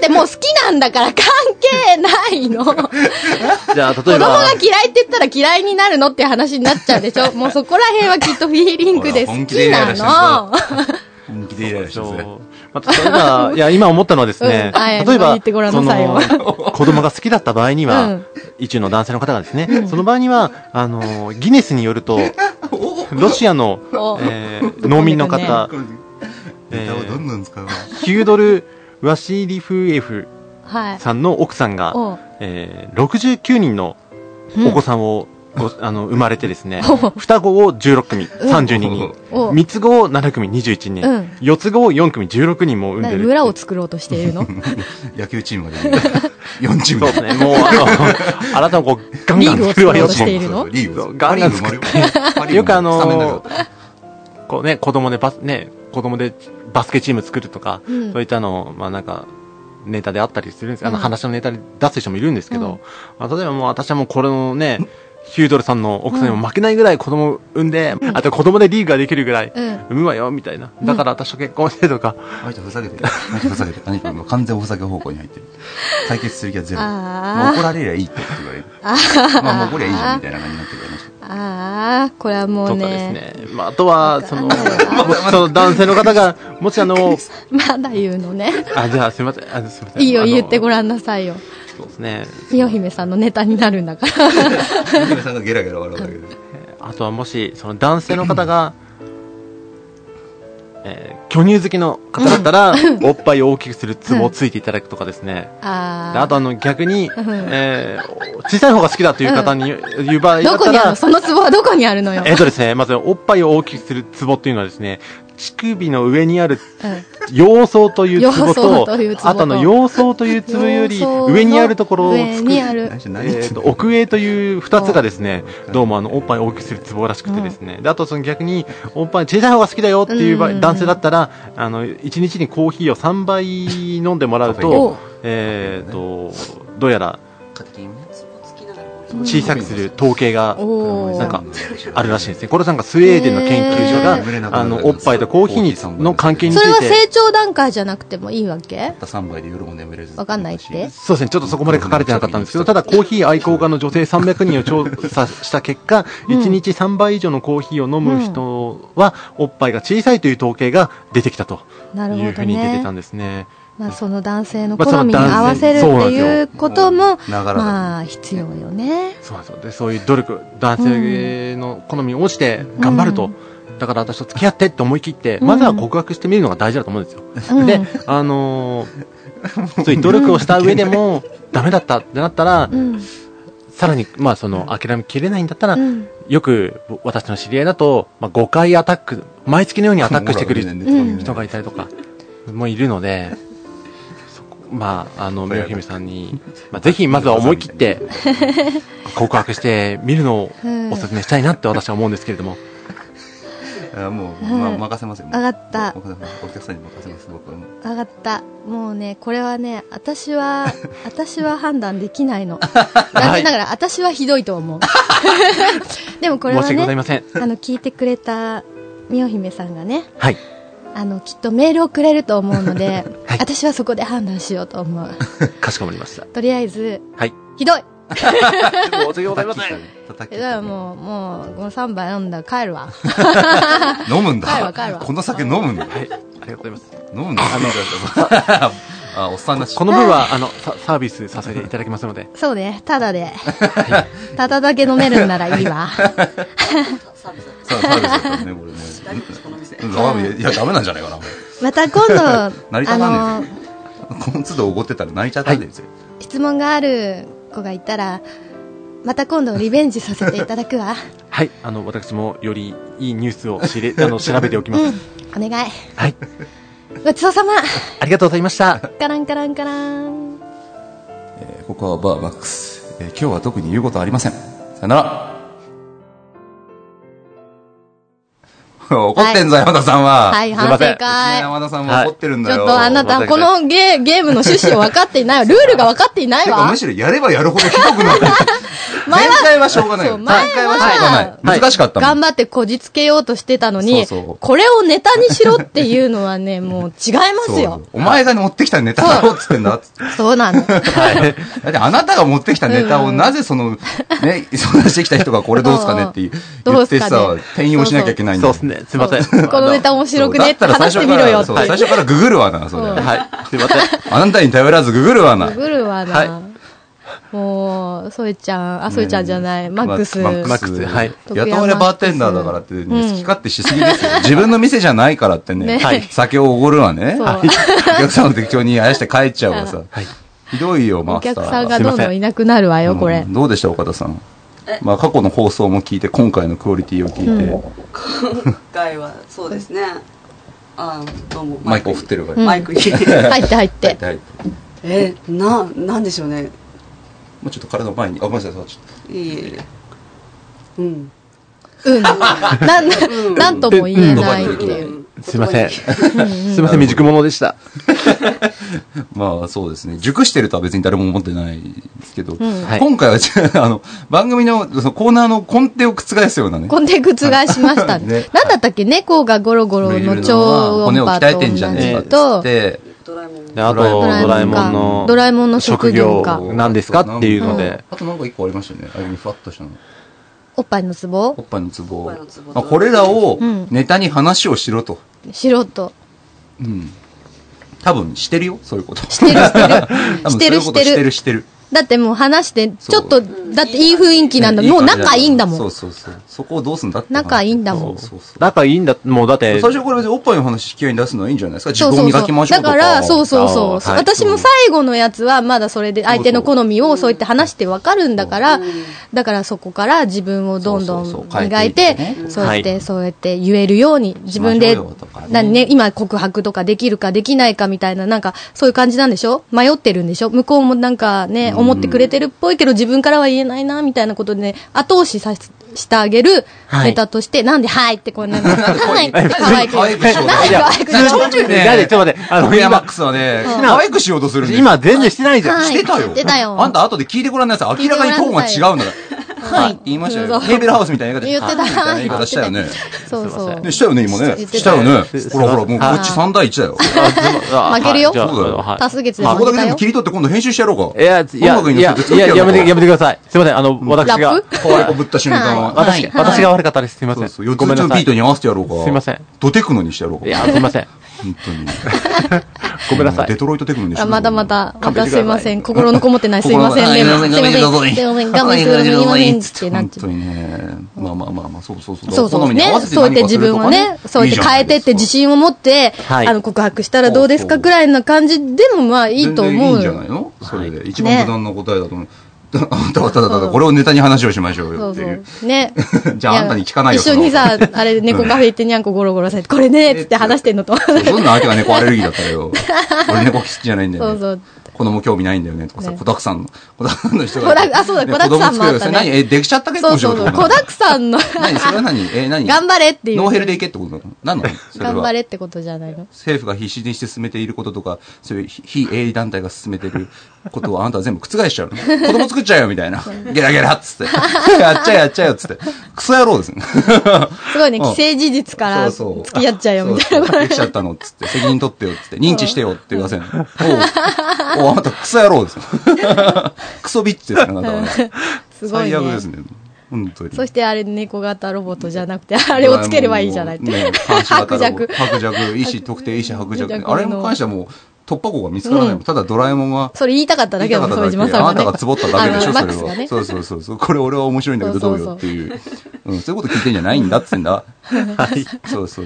てもう好きなんだから関係な いの子
じゃあ、例え
供
ば
が、嫌いって言ったら嫌いになるのって話になっちゃうで しょもうそこら辺はきっとフィーリングで
ほら
好
本気で
き
イライ
な
ラしてる
の
本気でイライラしてますね。
そうまあ、例え ば、いや、今思ったのはですね、
うんはい
例えば、
言ってごらん
そ
なさいよ
の、 子供が好きだった場合には、
うん
一中の男性の方がですね、その場合には、あの、ギネスによると、 ロシアの、
お
えー農民の方、
ネタをどんどん使うわ。
ヒュードル・ワシリフエフ
はい。
さんの奥さんが、
お
えー69人のお子さんを、ごあの生まれてですね
お
双子を16組32人
お
三つ子を7組21人、
うん
四つ子を4組16人も産んで
何
る
村を作ろうとして いるの
野球チームが出てきた四チーム
そうですねもうあのあなたもこうガンガン作るわよ
リーグを作ろうとしているの
そうそうリーグ
そうガンガン作って
て
よくあのこうね子供でバスね子供でバスケチーム作るとか、
うん
そういったのをまあなんかネタであったりするんですあの
うん
話のネタで出す人もいるんですけど、まあ、例えばもう私はもうこれのねヒュードルさんの奥さんにも負けないぐらい子供産んで、あと子供でリーグができるぐらい
うん
産むわよみたいな、だから私と結婚してとか、
あの人ふざけてるあの人ふざけてるあの人もう完全おふざけ方向に入ってる解決する気はゼロも
あー
う怒られりゃいいって言われるまあもう怒りゃいいじゃんみたいな感じになってくれまし
ああ、これはもう
とかです
ね、
ねまあ、あとはそのもしその男性の方がもしあの
まだ言うのね。
あじゃあすいませんあすいません
いいよ、
あの
言ってごらんなさいよ。
そうですね
みお姫さんのネタになるんだか ら。
た娘さんがゲラゲラ笑うだけで
あとはもしその男性の方が、えー巨乳好きの方だったら、おっぱいを大きくするツボをついていただくとかですね、であ
あ
とあの逆に、
ん
えー小さい方が好きだという方に、いう場
あ。
合だ
ど
っ
こ
た
にある
ら
のそのツボはどこにあるのよ。
えっとですねまずおっぱいを大きくするツボっていうのはですね乳首の上 にある
うん
洋層というツボ
洋
と
装というツボと
あとあの洋層というツボより
洋装の
上にあるところを
上
つく
にある
何。してんの
えー、と奥営という2つがですねどうもあのおっぱいを大きくするツボらしくてですね、であとその逆におっぱい小さい方が好きだよっていう場合
うん
男性だったらあの1日にコーヒーを3杯飲んでもらう
カフェイン
と,、えー、とどうやら
勝手にね
そこつきながらこう
小さくする統計が
おー
なんかあるらしいですねこれなんかスウェーデンの研究所が、
へー
あのおっぱいとコーヒーにの関係につ
それはい
て
成長段階じゃなくてもいいわけ
たった3杯で夜も眠れず
わかんないって
そうですね、ちょっとそこまで書かれてなかったんですけど、ただコーヒー愛好家の女性300人を調査した結果、
ん
1日3杯以上のコーヒーを飲む人は、おっぱいが小さいという統計が出てきたと
なるほど
い
ね
うふうに出てたんですね。
まあその男性の
まあその
好みに合わせるって
男性
いうことも、
そうなんですよ
まあ必要よね。
そうなんですよ。で、そういう努力、男性の好みに応じて頑張ると。だから私と付き合ってって思い切って、
ん
まずは告白してみるのが大事だと思うんですよ。
う ん
で、あのーそういう努力をした上で も、ダメだったってなったら
う、ん。
さらに、まあその、諦めきれないんだったら
う、ん。
よく私の知り合いだと、まあ、5回アタック毎月のようにアタックしてくる人がいたりとかもいるので、そこまあ、あの、みおひめさんに、まあ、ぜひまずは思い切 って告白してみるのをお勧めしたいなって私は思うんですけれども、
あもう、まあ、任せますよ
わかった
お。客さんに任せます僕はもう
わかった。もうね、これはね、私 は、私は判断できないの。残念ながら、 私はひどいと思う。でもこれ
申し訳
は
ござい
ね、
ません。
あの、聞いてくれたみお姫さんがね、
はい。
あの、きっとメールをくれると思うので、
はい
私はそこで判断しようと思う。
かしこまりました。
とりあえず、
はい。
ひどい
申し訳ございませ
叩き
ん。
切
え
っ
だか
た
ら
ね
もう、もう、この3杯飲んだら帰 るわ。
飲むん
帰るわ
だ
帰るわ
この酒飲むんだ
はい。ありがとうございます。
飲むんだああおっさんだし
この分は、あの、ササービスさせていただきますので。
そうね、ただ で。ただだけ飲めるんならいいわ。
サービスだった
そうサービスだったねこれね
大丈夫ですこの店
うんうんいやいやダメなんじゃないかな
また今度、あ
成り立た
の
ね、この都度おごってたら泣いちゃったんですよ
質問がある子がいたら、また今度リベンジさせていただ くわ。
はい。あの、私もよりいいニュースを知れ、あの、調べておきます。
お願い。
はい。
ごちそうさま
ありがとうございました。
カランカランカラン。
えーここはバーマックス、えー今日は特に言うことはありませんさよなら 怒ってんぞ、山田さんは。
はい、
うち
すい
反
ません
省
の
会。
山田さんも怒ってるん
ち
だ
ょっ
よ。
とあなた、このゲーゲームの趣旨を分かっていないわ。ルールが分かっていない
てか
わ
む。しろやればやるほどひどくなってる。
前は
前回はしょうがない
そ
よ。
う前は
前回はしょうがな。
はいい
難しかったもん。
頑張ってこじつけようとしてたのに、
そうそう
これをネタにしろっていうのはね、もう違いますよ
そう。お前が持ってきたネタだろっつってんだ。
そうな
は
の。
い。
だってあなたが持ってきたネタをなぜその、ね、相談してきた人がこれどうすかねっていう
うん
言って
ど
さ
うすかね、
転用しなきゃいけないんだ
そう
よ
ですね。すいません。
このネタ面白くねって
そうだったら
話してみろよって
最初からそう最初からググるわな、それ。
うん
はい。すいません。
あなたに頼らずググるわな
グ。グるわな。
は
もう、ソエちゃん、あ、ソエちゃんじゃない、マックス。
マッ
マッ
クス。
クスはい
雇われバーテンダーだからってね、好き勝手しすぎですよ。自分の店じゃないからってね、
ね
はい
酒をおごるわね。
そう
はいお客さんの適当にあやして帰っちゃうわさ。
はい。
ひどいよ、マ
お
スター。
客さんがどんどんいなくなるわよ、これ
うん。どうでした、岡田さん。まあ、過去の放送も聞いて、今回のクオリティを聞いて、
今回はそうですねあーどうも
マイクを振ってるから。
マイクに
入って入っ
はい
て。
はい。も
えななんでしょうね
うちょっと体を前に、あ、ごめんなさい、そうちょっ
いえいえいえうん
うん。なん、なんとも言えないっていう。
うん
すいません。すいません、未熟者でした。
とまあ、そうですね。熟してるとは別に誰も思ってないですけど、
はい
今回は、ちょあ の、番組の、そのコーナーの根底を覆すようなね。
コンテクツがしました
ね
ね。なんだったっけ猫がゴロゴロの超音
骨を
波
鍛え
と同
てんじゃねえかっ
じ
つっ
と、
て、
ドラえもん
であと、
ド
ド
ラ
ラ
え
え
も
も
ん
ん
の
の、
ドラえもんの職業
職業なんですかっていうので、
あとなんか一個ありましたよね。あれにふわっとしたの。
おっぱいのツボ
おっぱいのツボ
おっぱいのツボ
まあ、これらを
うん
ネタに話をしろと。
素人。
うん。多分してるよ、そういうこと。して
るして るしてる
してるしてる。
だってもう話して、ちょっと、だっていい雰囲気なんだ。
ね
もう
いい感じ
仲いいんだも
そう
う
そうそう。そこをどうすんだって話。
仲いいんだもん
そうそうそう
仲いいんだ、もうだって、
最初これ別におっぱいの話引き合いに出すのはいいんじゃないですか。自
そう
分
そう
磨きましょう
だ
とか。
から、そうそう
あ
そう。
ーはい
私も最後のやつは、まだそれで相手の好みをそう言って話してわかるんだから、だからそこから自分をどんど
そうそうんそう
磨い
変え
て
ていって、ね
そうやって、そうやって言えるように、自分で
しましょうよとかね、
何ね、今告白とかできるかできないかみたいな、なんか、そういう感じなんでしょ迷ってるんでしょ向こうもなんかね、思ってくれてるっぽいけど、自分からは言えないな、みたいなことでね、後押しさせしてあげるネタとして、なんで、はいってこう なんか、はい、可愛く。
可愛くしよう
なんで可愛くしよう
ちょいちょいね
だってちょっと待って、あの、
ヤマッ
今
ク、スはね、
うん
可愛くしようとするんですよ
今全然してないじゃん。
はい
してたよ。
してたよ
あんた後で聞いてごらんなさい。明らかにトーンが違うんだから。
はい
言いました
そ
よ。
うそう
ヘーベルハウスみたいな言い
言
方
ってた
みたいな言い方したよね。
そうそう。
ねしたよね、今ね。
言ってた
したよね。
してた
ほらほら、もうこ
はい
っち3対1だよ。
あ
負けるよ
じゃあ
そうだよ
はい
多数決で
まあこ
負
こ
け
だけ
た
でも
よ。
切り取って今度編集してやろうか。
いや、いや、
音楽に乗
いや
せて、
いや、やめて、や
め
めてください。すいません、あの、
ラ
私が
ッ、プ
て。可愛い子ぶった瞬間は。
はい
私が、
はい
私が悪かったです。すいませ
そ
ん
う。そう。四つ
ごめ
打
ん
ち
な
のビ
さ
ー
い。
トに合わせてやろうか。
すいません。
ドテクノにしてやろうか。
いや、すいません。
本当 に。
ごめんなさい
デ。トロイトテクノにして
あまたまた、ま
勘弁
た
してください
すいません。心のこもってない。すいません。でもすいません。すいません。我慢するすいません。ってなっ
本
ち
当
ゃう。
にね。まあまあまあまあ、そうそうそう。
そうそう
好みに
ね
合。わせて
そうやって自分をね、そうやって変えてって自信を持って、
はい
あの、告白したらどうです
そう
か
そう
くらいの感じでもまあいいと思
全然いいん
う
じゃな
よ
い。のそれで。一番無難な答えだと思う。あんたはただただこれをネタに話をしましょう
そ
よっ
う
ていう。。
そう。ね
じゃあ
いや
あんたに聞かないよ
一緒にさ
そんなこ、と
あれ、猫カフェ行ってにゃんこゴロゴロされて、これね、つって話してんのと。
どんな相手が猫アレルギーだったらよ。俺猫好きじゃないんだよね。
そうそう
子供興味ないんだよねとかさ、
ね
子だくさんの、子だくさんの人
子
が。
だあそうだ
で
子だくさんもあ
子供作るよ
ったね
それ何え、できちゃった結
そう
婚しよ
そう
と
うそう。
かなの
子だくさんの。
何それは何え、何
頑張れっていう。
ノーヘルでいけってことなの何なのそれは
頑張れってことじゃないの
政府が必死にして進めていることとか、そういう非非営利団体が進めてることをあなたは全部覆し ちゃうの。子供作っちゃえよみたいな。ゲラゲラっつって。やっちゃえやっちゃえよっつって。クソ野郎ですね。
すごいね、
うん
既成事実か
そ
ら
うそう
付き合っちゃうよみたいな。
そうそうできちゃったのっつって、責任取ってよっつって、認知してよって言わせんの。おうおうあなたクソ野郎 ですよ。クソビッチですね、あなたはね。
すごい
最悪です
ね。
ね。本当に。
そしてあれ猫型ロボットじゃなくて、あれをつければいいじゃないって。
ね
白弱。
白弱、医師、特定医師、白弱。
白弱の
あれに関してはもう、突破口が見つからないもん。ただドラえもんは、
それ言いたかっただけだもん、
言
副
いたか
島
っただけ
さ
あ
ん
な
はね。
たがツボっただけでし
あ
ょ、
のマ
そ
ック
れ
スが
は。
ね
そうそうそうそう。これ俺は面白いんだけどどうよっていう。うん、そういうこと聞いてんじゃないんだっつってんだ。
はい。
そうそう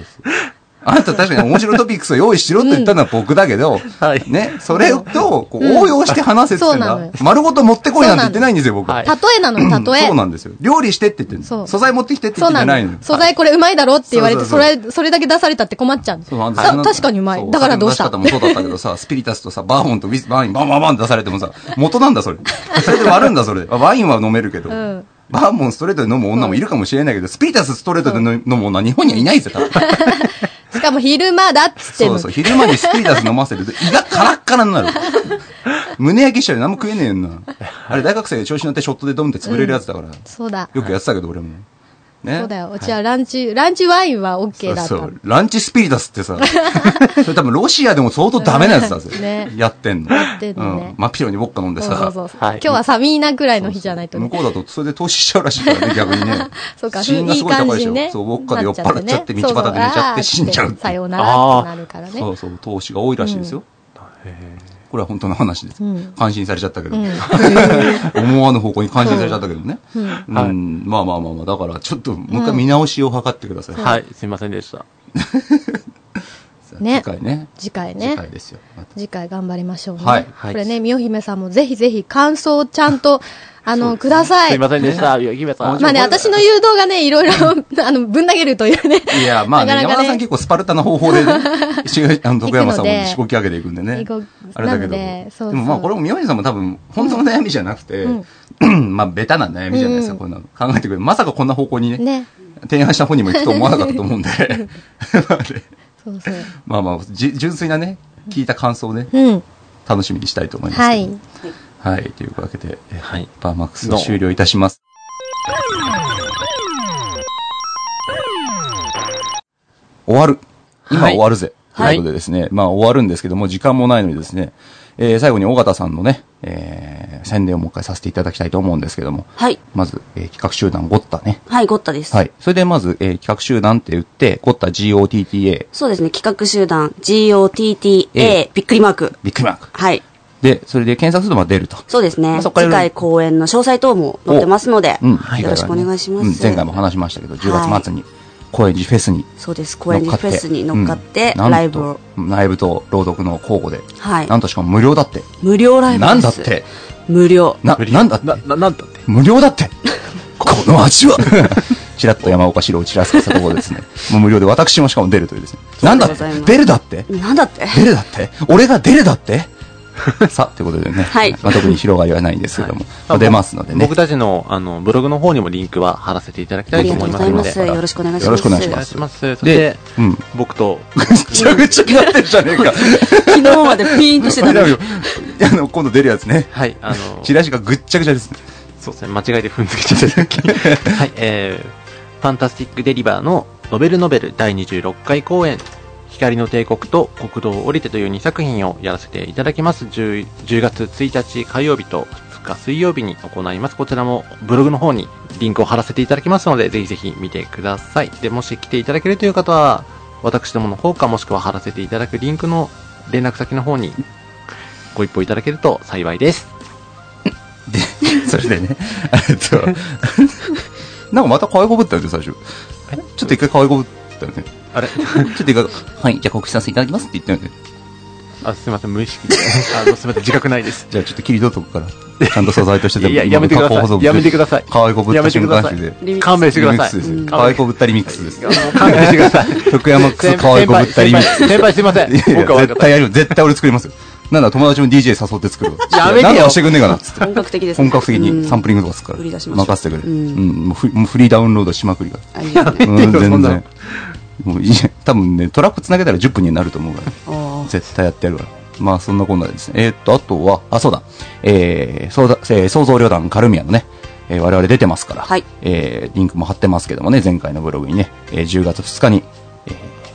そう。あなた確かに面白いトピックスを用意しろって言ったのは僕だけど、
はい
ね、それをこう応用して話せって言ってんだ、
うんそうなのよ
丸ごと持ってこいなんて言ってないんですよ、僕。
そうなの
例えなのよ、例え。
そうなんですよ。料理してって言ってん
そ
の。
う
素材持ってきてって言っ
そう
てんじ
な
ゃない
の
の。。
素材これうまいだろって言われて、
そ
そう
そうそう
れ、それだけ出されたって困っちゃうの。
そうあんた
さ
そんな
確かにうま
そ
い。だからどうし
さ
た
っきの出し方もそうだったけど さ、スピリタスとさ、バーボンとウィス、バーイン、バンバンバンって出されてもさ、元なんだ、それ。それで割るんだ、それで。あワインは飲めるけど。
ん
バーボンストレートで飲む女もいるかもしれないけど、スピリタスストレートで飲む女は日本にはいないぜ、多分。
しかも昼間だっつって
そ
んの
うそう。昼間にスピリタス飲ませると胃がカラッカラになる。胸焼けしちゃうよ。何も食えねえよな。あれ大学生で調子乗ってショットでドンって潰れるやつだから。
そうだ。
よくやってたけど、俺も。ね。
そうだよ。うちはランチ、ランチワインは OK だった
そ
の。
うそう。ランチスピリタスって さ、それ多分ロシアでも相当ダメなやつだぜ。
ね
やってんの。
やってんのね
うん。真っ昼にボッカ飲んで
そう
さ。
そうそう。
はい
今日はサミーナぐらいの日じゃないとね。
向。こうだとそれで投資しちゃうらしいからね、逆にね
そうか、
死因が
い
す
い
ごい高
感
いで
じ
し
にね
ょ。。そう、ボッカで酔っ払っちゃって、道
なち
端で寝ちゃって死んじゃう
そ
っ
そあーって
て
さ
いう。
よならってなるからね。
そうそう、投資が多いらしいですよ。これは本当の話です。
ん
感心されちゃったけど。 思わぬ方向に感心されちゃったけどね。うん、
はい
まあまあまあまあ、だからちょっともう一回見直しを図ってください。
はい、すいませんでした。
さあ
ね
次回ね。
次回
次
ね。
回ですよ。また
次回頑張りましょうね。
はい
はい
これね、みよひめさんもぜひぜひ感想をちゃん と、あの、くださ
すい
い。
ませんでした。いや、姫さん。
まあね、私の誘導がね、いろいろ、 あの、ぶん投げるというね。
いや、まあね、
なかな
山
か
田さん結構スパルタな方法 で、ね、しあの徳山さんも
行くので
しごき上げていくんでね
いご。
あれだ
な
けど。
のでそうそう
もまあこれも宮治さんも多分、本当の悩みじゃなくて、まあベタな悩みじゃないですか、
うん
こんなの。考えてくれる。まさかこんな方向にね、
ね。
提案した方にも行くと思わなかったと思うん で。まあね
そうそう。
まあまあ、じ純粋なね、聞いた感想をね、
うん。
楽しみにしたいと思います。
はい。。
はい、というわけで、え
はい
バーマックスを終了いたします。終わる。今
はい
終わるぜ。
は
と
い
いうことでですね、まあ終わるんですけども、時間もないのにですね、えー最後に尾形さんのね、えー宣伝をもう一回させていただきたいと思うんですけども、
はい。
まず、えー企画集団ゴッタね。
はい、ゴッタです。
はい。それでまず、えー企画集団って言って、ゴッタ GOTTA、
そうですね、企画集団 GOTTA、
え
びっくりマーク。
ビッグマーク。
はい。
で、それで検索するとまあ出ると。
そうです
ま
ね
あ。そっから
次回公演の詳細等も載ってますので、
うん。
よろしくお願いします。
うん前回も話しましたけど、10月末に、高円寺フェスに
そうです、公
乗っ
演
か
に
って、
フェスに乗っかって、
うんなんと
ライブを。
ライブと朗読の交互で。
はい
な。んとしかも無料だって。
無料ライブです。
なんだって。
無料。
な、なんだって
な、な、なんだって。
無料だ ってこの味は ちらっと山岡四郎をちらつかせたところですね。もう無料で私もしかも出るというですね。なんだって
そうでございます
出るだって
なんだって
出るだって俺が出るだって さあ、ということでね。
はい
まあ、特に広がりはないんですけども。まあ出ますのでね
僕。たちの、あの、ブログの方にもリンクは貼らせていただきた
あ
い
り
と
がと
思
う
い
ご
ま
ざ
す
い
ので。
ます。よろしくお願いします。
よろしくお願い
お
し
願
ま
いします。そし
でう
て、
ん
僕と、
ぐちゃぐちゃになってるじゃねえか。
昨日までピーンとして たのに
あの、今度出るやつね。
はい、あの、
チラシがぐっちゃぐちゃですね。
そうですね、間違えて踏んづけちゃった時 はい、えー、ファンタスティックデリバーのノベルノベル第26回公演、光の帝国と国道を降りてという2作品をやらせていただきます。10, 10月1日火曜日と2日水曜日に行います。こちらもブログの方にリンクを貼らせていただきますので、ぜひぜひ見てください。で、もし来ていただけるという方は、私どもの方かもしくは貼らせていただくリンクの連絡先の方にご一報いただけると幸いです。
それでね、 えっと、なんかまた可愛ごぶったよね、最初。ちょっと一回可愛ごぶったよ ね。
あれ
ちょっと一回、はい、じゃあ告知させていただきますって言ったよね。
あ、すみません、無意識で。 あの、すみません、自覚ないです。
じゃあちょっと切り取っとくから、ちゃんと素材としてでも
いやいややめてください
加工保存
やめてください
可愛ごぶった瞬間
やめて
で。
リミックス
勘弁して
リミ
く
ッ
だ
ク
さ
ス
い。
ですよ。
ん
可愛こぶったリミックスです。
勘弁 してください。
徳山くそ可愛こぶったリミックス。
先輩、先輩先輩すみません。
いやいや
僕は悪か
絶
った
対やるよ。絶対俺作りますよ。なんだ、友達も DJ 誘って作るわ。
やめてよ
なんとかしてくんねえかな、つって。
本格的ですね
本格的
うん
にサンプリングとかするから。
売り出しましょう
任せてくれ。
う
うんん。もうフリもうフリーダウンロードしまくりが。
あいいよ ね
うん、
そん
全
な
然。もういいや多分ね、トラック繋げたら10分になると思うから。
あー
絶対やってやるから。まあそんなこんなでですね。えーっと、あとは、あ、そうだ。えー、そうだ、えー創造旅団カルミアのね、えー我々出てますから、
はい
えーリンクも貼ってますけどもね、前回のブログにね、えー10月2日に、えー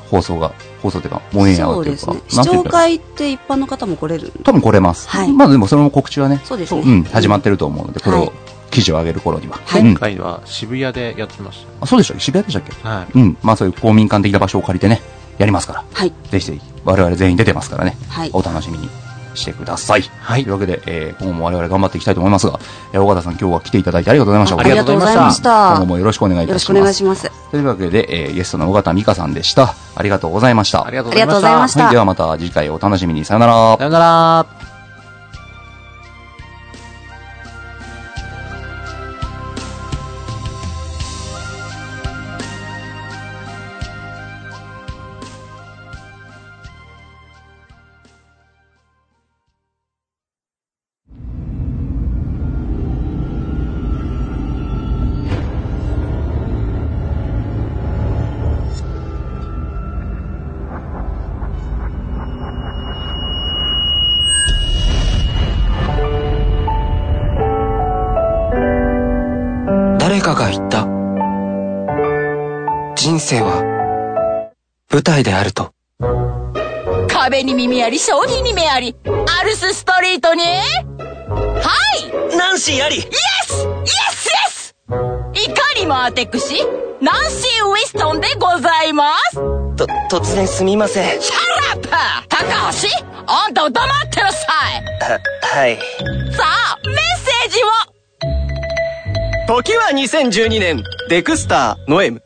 放送が、放送というか、オンエア
そ
がと
う
い
で
う
す
か、
ね
な
視
んて言
聴
ったら
会って一般の方も来れる
多分来れます。
はい
まあでもその告知はね、
そうですね
ん、始まってると思うので、これ
はい
を、記事を上げる頃には。
はい
うん
今。回は渋谷でやってましたね
あそうでしたっけ渋谷でしたっけ
は
うん。まあそういう公民館的な場所を借りてね、やりますから。
はい
ぜひぜひ、我々全員出てますからね、
はい
お楽しみにしてください。
はい
というわけで、えー今後も我々頑張っていきたいと思いますが、えー、尾形さん今日は来ていただいてありがとうございました。
ありがとうございま
した
今後もよろしくお願いい
よ
た
ろ
し
し
ます。
くお願いします
というわけで、えーゲストの尾形美香さんでした。ありがとうございました。
ありがとう
あ
ござい
りがとう
ま
ご
した
ざいまし
はい、
た
ではまた次回お楽しみに。さよなら
さ。よなら
誰かが言った。人生は舞台であると。
壁に耳あり、商品に目あり、アルスストリートに、はい
ナンシーあり
イエスイエスイエスいかにもアテクシ、ナンシー・ウィストンでございますシ
と、突然すみません。
ャラップ高橋あんたを黙ってなさい
は、はい。
さあ、メッセージを
時は2012年、デクスター、ノエム。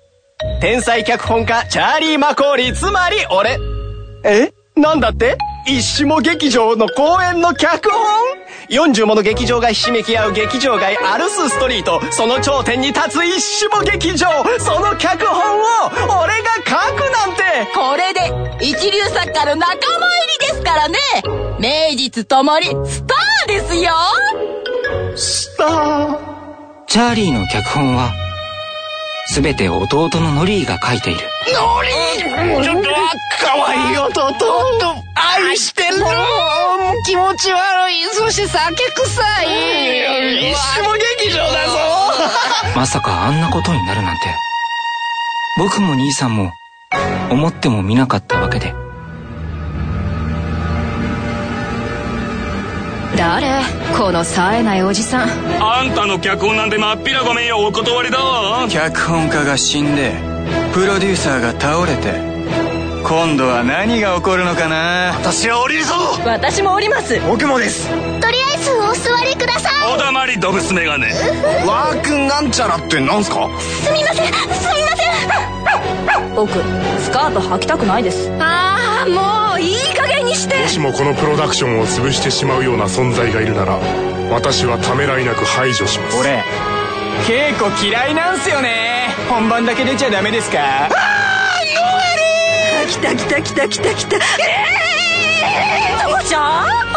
天才脚本家、チャーリー・マコーリー、つまり俺。えなんだって一種も劇場の公演の脚本 ?40 もの劇場がひしめき合う劇場街アルスストリート。その頂点に立つ一種も劇場。その脚本を俺が書くなんて
これで一流作家の仲間入りですからね名実ともにスターですよ
スターチャーリーの脚本は、すべて弟のノリーが書いている。ノリーちょっと、かわいい弟の、愛してる気持ち悪い、そして酒臭い一種も劇場だぞまさかあんなことになるなんて、僕も兄さんも、思っても見なかったわけで。
誰この冴えないおじさん
あんたの脚本なんてまっぴらごめんよお断りだわ
脚本家が死んでプロデューサーが倒れて今度は何が起こるのかな私は降りるぞ
私もおります
僕もです
とりあえずお座りください
お黙りドブスメガネ
ワークなんちゃらってなんすか
すみませんすみません
僕スカート履きたくないです
ああもういい加減にして
もしもこのプロダクションを潰してしまうような存在がいるなら私はためらいなく排除します
俺稽古嫌いなんすよね本番だけ出ちゃダメですか
来た来た来た来た来たえー、ともち ゃん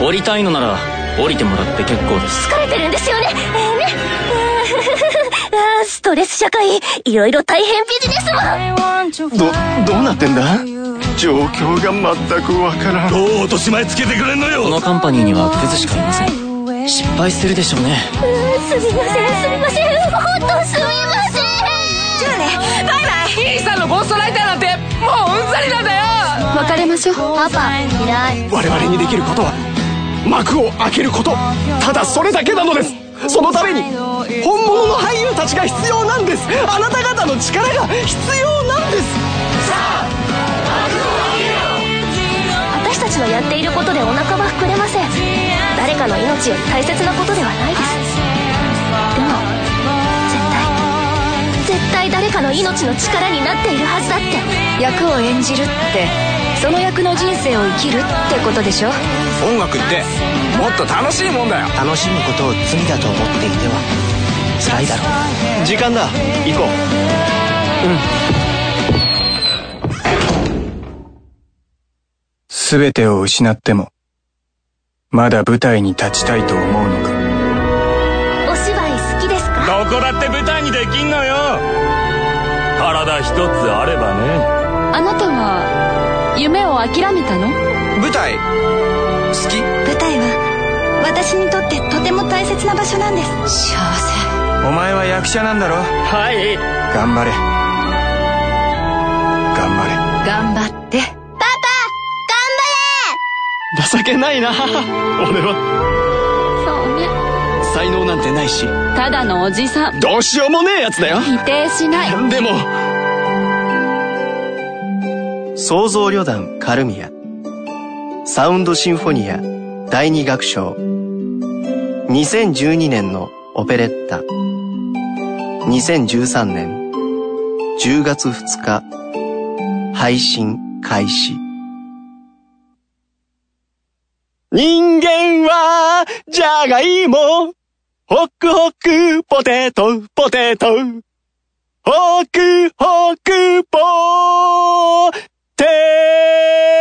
降りたいのなら降りてもらって結構です
疲れてるんですよねえー、ねうーんあーストレス社会いろいろ大変ビジネスも
どうなってんだ状況が全くわからん
どう落とし前つけてくれんのよ
このカンパニーにはクズしかいません失敗するでしょうね
うーんすみませんすみません本当すみませんじゃあね
兄さんのゴーストライターなんてもううんざりなんだよ
別れましょう
パパ偉い
我々にできることは幕を開けることただそれだけなのですそのために
本物の俳優たちが必要なんですあなた方の力が必要なんです
私たちのやっていることでお腹は膨れません誰かの命より大切なことではないですでも絶対絶対誰かの命の力になっているはずだって
役を演じるってその役の人生を生きるってことでしょ
音楽ってもっと楽しいもんだよ楽しむことを罪だと思っていては辛いだろう時間だ行こう
全てを失っても、まだ舞台に立ちたいと思うのか。
お芝居好きですか
どこだって舞台にできんのよ体一つあればね
あなたは夢を諦めたの
舞台好き
舞台は私にとってとても大切な場所なんです幸せ
お前は役者なんだろ
はい
頑張れ。頑張れ。
頑張ってパパ
情けないな俺は
そうね
才能なんてないした
だのおじさん
どうしようもねえやつだよ
否定しない
でも創造旅団カルミアサウンドシンフォニア第二楽章2012年のオペレッタ2013年10月2日配信開始人間はじゃがいもホクホクポテトポテトホクホクポテト